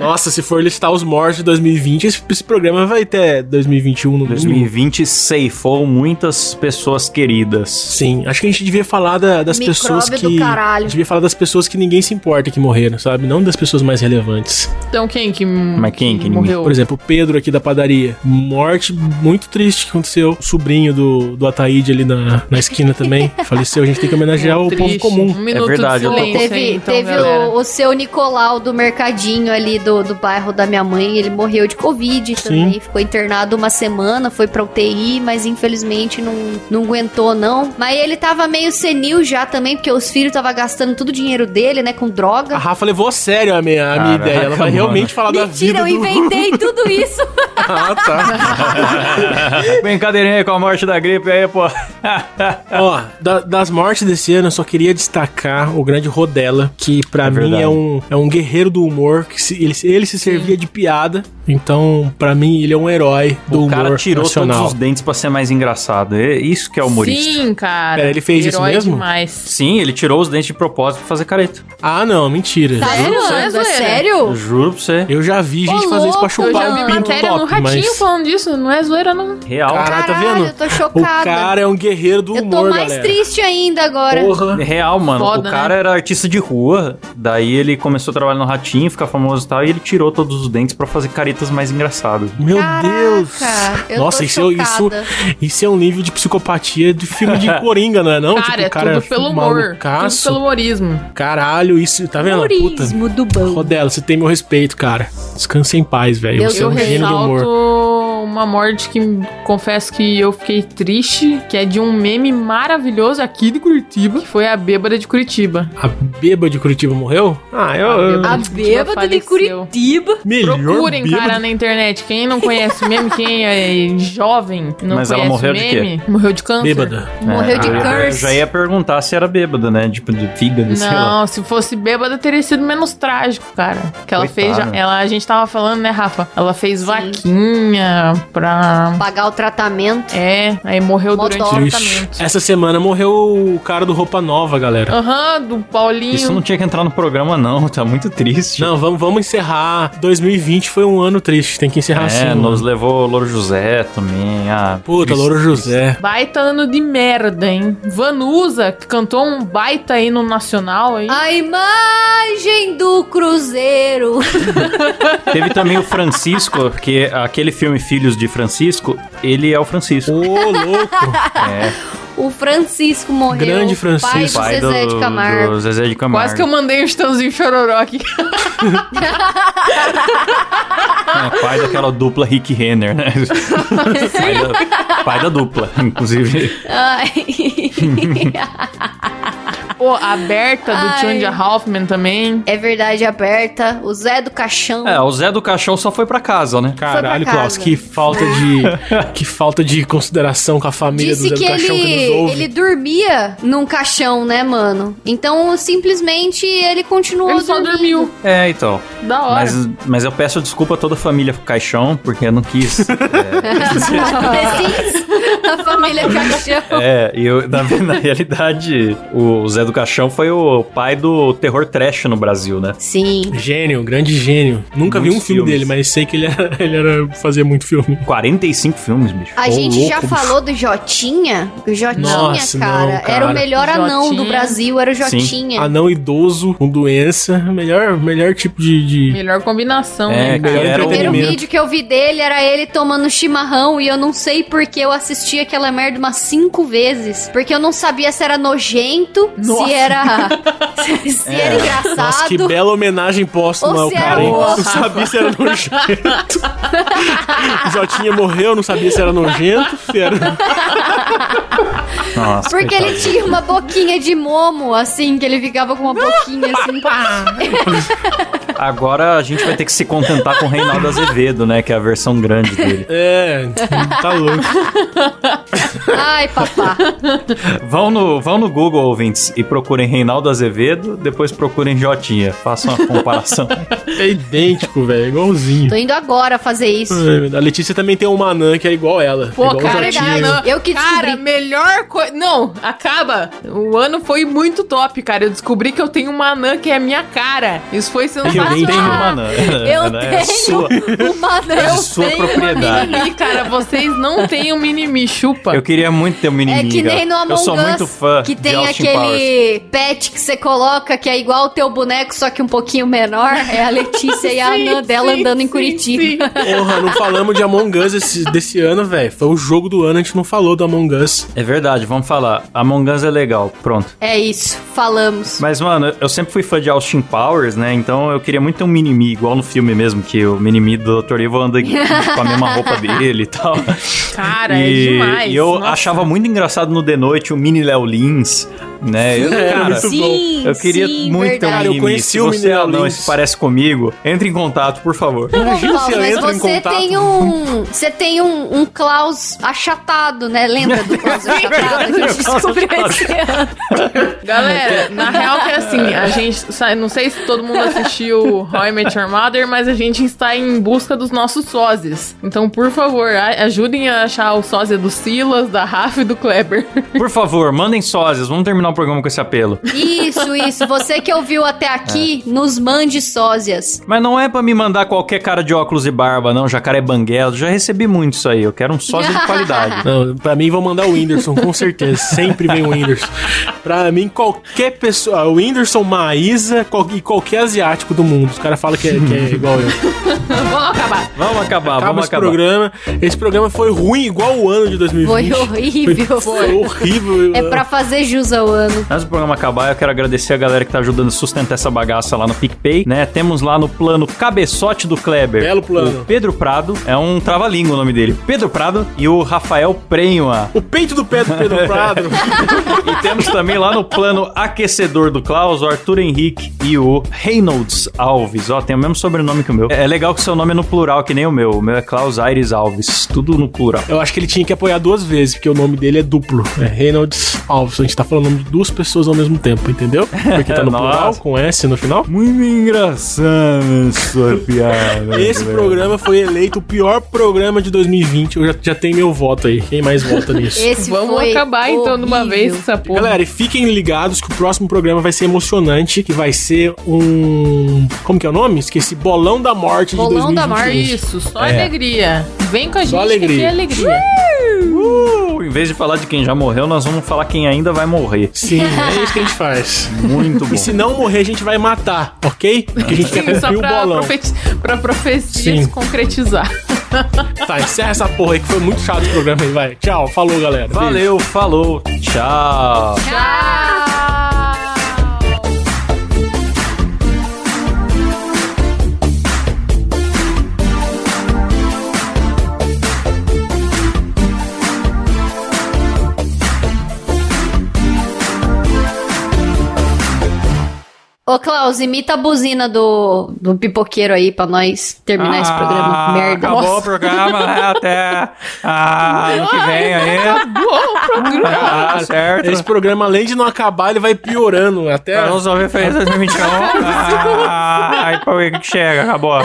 S2: Nossa, se for listar os mortos de 2020, esse, esse programa vai até 2021 no 2020.
S1: 2020 ceifou muitas pessoas queridas.
S2: Sim, acho que a gente devia falar da- das
S3: Micróbio
S2: pessoas
S3: do
S2: que.
S3: caralho.
S2: Devia falar das pessoas que ninguém se importa que morreram, sabe? Não das pessoas mais relevantes.
S5: Então quem que,
S1: Mas quem que
S5: morreu?
S2: Por exemplo, o Pedro aqui da padaria. Morte muito triste que aconteceu. O sobrinho do, do Ataíde ali na, na esquina também faleceu. A gente tem que
S1: É
S2: homenagear é o povo
S5: Triste.
S2: comum.
S5: Um minuto
S1: verdade,
S5: de
S1: eu tô-
S5: silêncio
S3: teve
S5: aí, então,
S3: teve
S5: galera.
S3: o, o seu Nicolau do mercadinho ali do, do bairro da minha mãe, ele morreu de Covid também, ficou internado uma semana, foi pra UTI, mas infelizmente não, não aguentou não. Mas ele tava meio senil já também, porque os filhos tava gastando todo o dinheiro dele, né, com
S2: A
S3: droga.
S2: Rafa levou a sério a minha, a minha
S1: Caraca,
S2: ideia. Ela vai
S1: mano.
S2: realmente falar da vida.
S3: Mentira, eu
S2: do-
S3: inventei tudo isso.
S2: Ah, tá.
S1: tá. Brincadeirinha com a morte da gripe aí, pô.
S2: Ó, da- das mortes desse ano, eu só queria destacar o grande Rodella, que pra
S1: É
S2: mim
S1: verdade.
S2: é um, é um guerreiro do humor, que se- ele, ele se servia de piada. Então, pra mim, ele é um herói do
S1: o
S2: humor
S1: cara tirou
S2: nacional.
S1: todos os dentes pra ser mais engraçado. É isso que é humorista.
S5: Sim, cara.
S2: Pera, ele fez isso
S5: Herói
S2: mesmo?
S5: Demais.
S1: Sim, ele tirou os dentes de propósito pra fazer careta.
S2: Ah, não, mentira.
S5: Sério?
S3: Tá zoando,
S5: É
S3: é
S5: zoeira.
S1: Eu
S3: sério?
S1: juro pra você.
S2: Eu já vi gente
S3: Ô,
S2: fazer isso pra
S3: louco,
S5: Eu já
S2: chupar
S5: vi
S2: um pinto
S5: matéria no
S2: top,
S5: Ratinho
S2: mas...
S5: falando disso. Não é zoeira, não.
S1: Real.
S2: Cara, tá
S3: Caralho,
S2: vendo?
S3: eu tô
S2: O
S3: chocada.
S2: cara é um guerreiro do
S3: eu
S2: humor,
S3: tô mais
S2: galera.
S3: triste ainda agora.
S2: Porra.
S1: Real, mano.
S5: Foda,
S3: né?
S1: o cara era artista de rua, daí ele começou a trabalhar no Ratinho, ficar famoso e tal, e ele tirou todos os dentes pra fazer caretas mais engraçadas.
S2: Meu
S3: Caraca,
S2: Deus!
S3: eu tô
S2: Nossa, isso, é- isso,
S3: chocada.
S2: isso é um nível de psicopatia de filme de Coringa, não é não?
S5: Cara,
S2: Tipo,
S5: é
S2: o cara
S5: tudo pelo humor. Tudo
S2: malucaço.
S5: pelo humorismo.
S2: Caralho, isso, tá vendo? Puta.
S3: Humorismo do bom.
S2: Rodela, você tem meu respeito, cara. Descansa em paz, velho.
S3: Eu-
S2: Você é
S5: Eu
S2: um gênio do
S5: ressalto
S2: humor.
S5: uma morte que confesso que eu fiquei triste, que é de um meme maravilhoso aqui de Curitiba, que foi a bêbada de Curitiba.
S2: A bêbada de Curitiba morreu? Ah, eu.
S5: A
S3: A
S5: bêbada
S3: bêbada
S5: de
S3: de Curitiba.
S2: Melhor
S5: Procurem,
S2: bêbada.
S5: cara, na internet. Quem não conhece meme, quem é jovem, não
S1: Mas ela
S5: conhece
S1: morreu de
S5: meme, morreu de câncer.
S2: Bêbada.
S3: Morreu de
S1: É,
S2: Ah,
S1: eu ia-
S3: curse.
S1: Eu já ia perguntar se era bêbada, né? Tipo, de fígado, sei lá.
S5: Não, se fosse bêbada, teria sido menos trágico, cara. Que ela fez.
S1: Coitada.
S5: já- ela, a gente tava falando, né, Rafa? Ela fez
S3: Sim.
S5: vaquinha pra.
S3: Pagar o tratamento.
S5: É, aí morreu
S3: Mó
S5: durante o
S3: dó.
S2: Triste.
S5: tratamento.
S2: Essa semana morreu o cara do Roupa Nova, galera.
S5: um Aham, do Paulinho.
S1: Isso não tinha que entrar no programa, não. Tá muito triste.
S2: Não, vamos, vamos encerrar. 2020 foi um ano triste. Tem que encerrar
S1: é,
S2: assim.
S1: nos
S2: mano.
S1: levou o Louro José também. Ah,
S2: Puta,
S1: triste,
S2: Louro
S1: triste.
S2: José.
S5: Baita ano de merda, hein? Vanusa que cantou um baita aí no nacional
S1: Ah,
S5: aí.
S3: A imagem do Cruzeiro.
S1: Teve também o Francisco, que aquele filme Filhos de Francisco, ele é o
S2: Ô,
S1: Francisco.
S2: louco.
S1: É,
S3: O Francisco morreu.
S2: Grande
S3: Pai do
S2: Francisco.
S1: pai
S3: Zezé de Camargo.
S1: do Zezé de Camargo.
S5: Quase que eu mandei um estãozinho chororó aqui.
S1: É, pai daquela dupla Rick Renner, né? pai, da, pai da dupla, inclusive.
S3: Ai.
S5: Pô, a Berta do
S3: Ai.
S5: Tchonja Hoffman também.
S3: É verdade, aberta. O Zé do Caixão.
S1: É, o Zé do Caixão só foi pra casa, né?
S2: Caralho,
S3: casa.
S2: Klaus, que falta de que falta de consideração com a família
S3: Disse
S2: do Zé
S3: que
S2: do Caixão
S3: ele,
S2: que nos ouve.
S3: ele dormia num caixão, né, mano? Então, simplesmente, ele continuou
S5: Ele só
S3: dormindo.
S5: dormiu.
S1: É, então.
S5: Da hora.
S1: Mas, mas eu peço desculpa a toda a família Caixão, porque eu não quis.
S3: Tá Sim, a família Caixão.
S1: É, e eu, na, na realidade, o Zé do Caixão foi o pai do terror trash no Brasil, né?
S3: Sim.
S2: Gênio, grande gênio. Nunca vi um
S1: Muitos
S2: filme
S1: filmes.
S2: dele, mas sei que ele era, ele era fazia muito filme.
S1: 45 filmes, bicho.
S3: A
S2: Ô,
S3: gente
S2: louco,
S3: já
S2: bicho.
S3: falou do Jotinha? O Jotinha,
S2: Nossa, não,
S3: cara, Era o
S2: cara.
S3: melhor anão do
S5: Jotinha.
S3: Brasil, era o
S1: Sim.
S3: Jotinha.
S2: Anão idoso, com doença, melhor, melhor tipo de, de-
S5: Melhor combinação,
S1: É,
S5: né, cara?
S1: que era
S3: O primeiro
S2: entretenimento.
S3: vídeo que eu vi dele era ele tomando chimarrão e eu não sei porque eu assisti aquela merda umas cinco vezes. Porque eu não sabia se era nojento, se
S5: Nossa.
S3: era. se, se era engraçado.
S2: É. Nossa, que bela homenagem póstuma
S3: Ou
S2: ao
S3: se era um
S2: cara, hein?
S5: boa.
S2: Não sabia se era nojento. O Jotinha morreu, não sabia se era nojento. Se era...
S1: Nossa,
S3: Porque
S1: coitado.
S3: ele tinha uma boquinha de momo, assim, que ele ficava com uma boquinha assim.
S5: Ah.
S1: Agora a gente vai ter que se contentar com o Reinaldo Azevedo, né? Que é a versão grande dele.
S2: É, tá louco.
S3: Ai, papá.
S1: Vão no, vão no Google, ouvintes, e procurem Reinaldo Azevedo, depois procurem Jotinha. Façam uma comparação.
S2: É idêntico, velho, igualzinho.
S3: Tô indo agora fazer isso.
S2: É, A Letícia também tem uma anã que é igual ela.
S5: Pô,
S2: igual o
S5: cara,
S3: é
S2: Jotinha,
S5: verdade.
S2: né?
S5: Não,
S3: Eu que
S5: Cara,
S3: descobri.
S5: melhor coisa. Não, acaba. O ano foi muito top, cara. Eu descobri que eu tenho uma anã que é a minha cara. Isso foi sensacional.
S1: nem tenho uma anã.
S3: Eu
S1: Ela é sua.
S3: tenho uma
S1: de
S3: anão.
S1: sua
S5: Tenho
S1: propriedade.
S5: um mimimi, cara. Vocês não têm um mimimi, chupa.
S1: Eu queria muito ter um
S3: É
S1: menininho.
S3: que nem no
S1: cara.
S3: Among
S1: Eu sou
S3: Us,
S1: muito fã
S3: que
S1: de
S3: tem
S1: Austin Powers.
S3: aquele pet que você coloca que é igual o teu boneco, só que um pouquinho menor. É a Letícia e a
S5: Sim,
S3: anã dela
S5: sim,
S3: andando em
S5: sim,
S3: Curitiba.
S5: sim.
S2: Porra, não falamos de Among Us esse- desse ano, velho. Foi o jogo do ano, a gente não falou do Among Us.
S1: É verdade, vamos falar. Among Us é legal, pronto.
S3: É isso, falamos.
S1: Mas, mano, eu sempre fui fã de Austin Powers, né? Então eu queria muito ter um minimi, igual no filme mesmo, que o minimi do Dr. Evil anda com a mesma roupa dele e tal.
S5: Cara,
S1: e,
S5: é demais.
S1: E eu
S5: Nossa.
S1: achava muito engraçado no The Noite o mini Léo Lins, né? Eu,
S3: É,
S1: cara,
S2: muito
S3: Sim,
S1: eu queria
S3: sim,
S1: muito ter um
S3: verdade.
S2: Cara, eu
S1: mini
S2: conheci
S1: Se
S2: o
S1: você
S2: mini Léo
S1: não, não
S2: Lins.
S1: se parece comigo, entre em contato, por favor.
S2: Imagina
S3: Klaus,
S2: se ela
S3: mas
S2: entra em
S3: você
S2: contato.
S3: tem um. Você tem um, um Klaus achatado, né? Lembra do Klaus achatado que a gente descobriu esse ano?
S5: Galera, na real que é assim, a gente, sa- não sei se todo mundo assistiu How I Met Your Mother, mas a gente está em busca dos nossos sósias. Então, por favor, a- ajudem a achar o sósia do Silas, da Rafa e do Kleber.
S1: Por favor, mandem sósias, vamos terminar o programa com esse apelo.
S3: Isso, isso. Você que ouviu até aqui, nos mande sósias.
S1: Mas não é pra me mandar qualquer cara de óculos e barba, não, jacaré banguelo. Já recebi muito isso aí. Eu quero um sósia de qualidade.
S2: Não, pra mim vão mandar o Whindersson, com certeza. Sempre vem o Whindersson. Pra mim, qualquer pessoa. O Whindersson, Maísa qual- e qualquer asiático do mundo. Os caras falam que, é, que é igual eu.
S5: Vamos acabar.
S1: Vamos acabar,
S2: Acaba
S1: vamos
S2: esse
S1: acabar.
S2: programa. Esse programa foi ruim, igual o ano de 2020.
S3: Foi horrível.
S2: Foi horrível.
S3: É pra fazer jus ao ano.
S1: Antes do programa acabar, eu quero agradecer a galera que tá ajudando a sustentar essa bagaça lá no PicPay, né? Temos lá no plano Cabeçote do Kleber.
S2: Belo plano.
S1: O Pedro Prado, é um trava-língua o nome dele. Pedro Prado e o Rafael Prenha.
S2: O peito do pé do Pedro Prado.
S1: E temos também lá no plano Aquecedor do Klaus, o Arthur Henrique e o Reynolds Alves. Ó, tem o mesmo sobrenome que o meu. É legal que seu nome é no plural, que nem o meu. O meu é Klaus Aires Alves. Tudo no plural.
S2: Eu acho que ele tinha que apoiar duas vezes, porque o nome dele é duplo. É Reynolds Alves. A gente tá falando o nome de duas pessoas ao mesmo tempo, entendeu? Porque
S3: É,
S2: tá no
S1: Nossa.
S2: plural, com S no final.
S1: Muito engraçado sua piada. né?
S2: Esse programa foi eleito o pior programa de 2020. Eu já, já tenho meu voto aí. Quem mais vota nisso?
S3: Esse
S5: Vamos
S3: foi
S5: acabar então de uma
S3: horrível.
S5: vez essa porra.
S2: Galera, e fiquem ligados que o próximo programa vai ser emocionante, que vai ser um... Como que é o nome? Esqueci. Bolão da Morte
S3: Bolão
S2: de 2021.
S3: da Morte.
S5: isso, só
S2: É.
S5: alegria. Vem com a gente,
S2: Só
S5: que aqui é alegria.
S1: Uh, em vez de falar de quem já morreu, nós vamos falar quem ainda vai morrer.
S2: Sim, é isso que a gente faz.
S1: Muito bom.
S2: E se não morrer, a gente vai matar, ok? Porque a gente quer
S5: Sim, só
S2: cumprir o
S5: pra,
S2: bolão.
S5: profeti pra profecia
S2: Sim.
S5: se concretizar.
S2: Tá, encerra essa porra aí que foi muito chato o programa aí, vai. Tchau, falou, galera. Beijo.
S1: Valeu, falou, tchau.
S5: Tchau!
S3: Ô, Klaus, imita a buzina do, do pipoqueiro aí pra nós terminar esse É programa.
S1: Ah,
S3: Merda.
S1: Acabou o
S3: Nossa.
S1: programa né? até ah, ano que vem aí.
S5: Acabou o programa.
S1: Ah, certo.
S2: Esse programa, além de não acabar, ele vai piorando
S1: um.
S2: até.
S1: Vamos resolver fez 2021. Ah, aí pra ver o que que chega, acabou.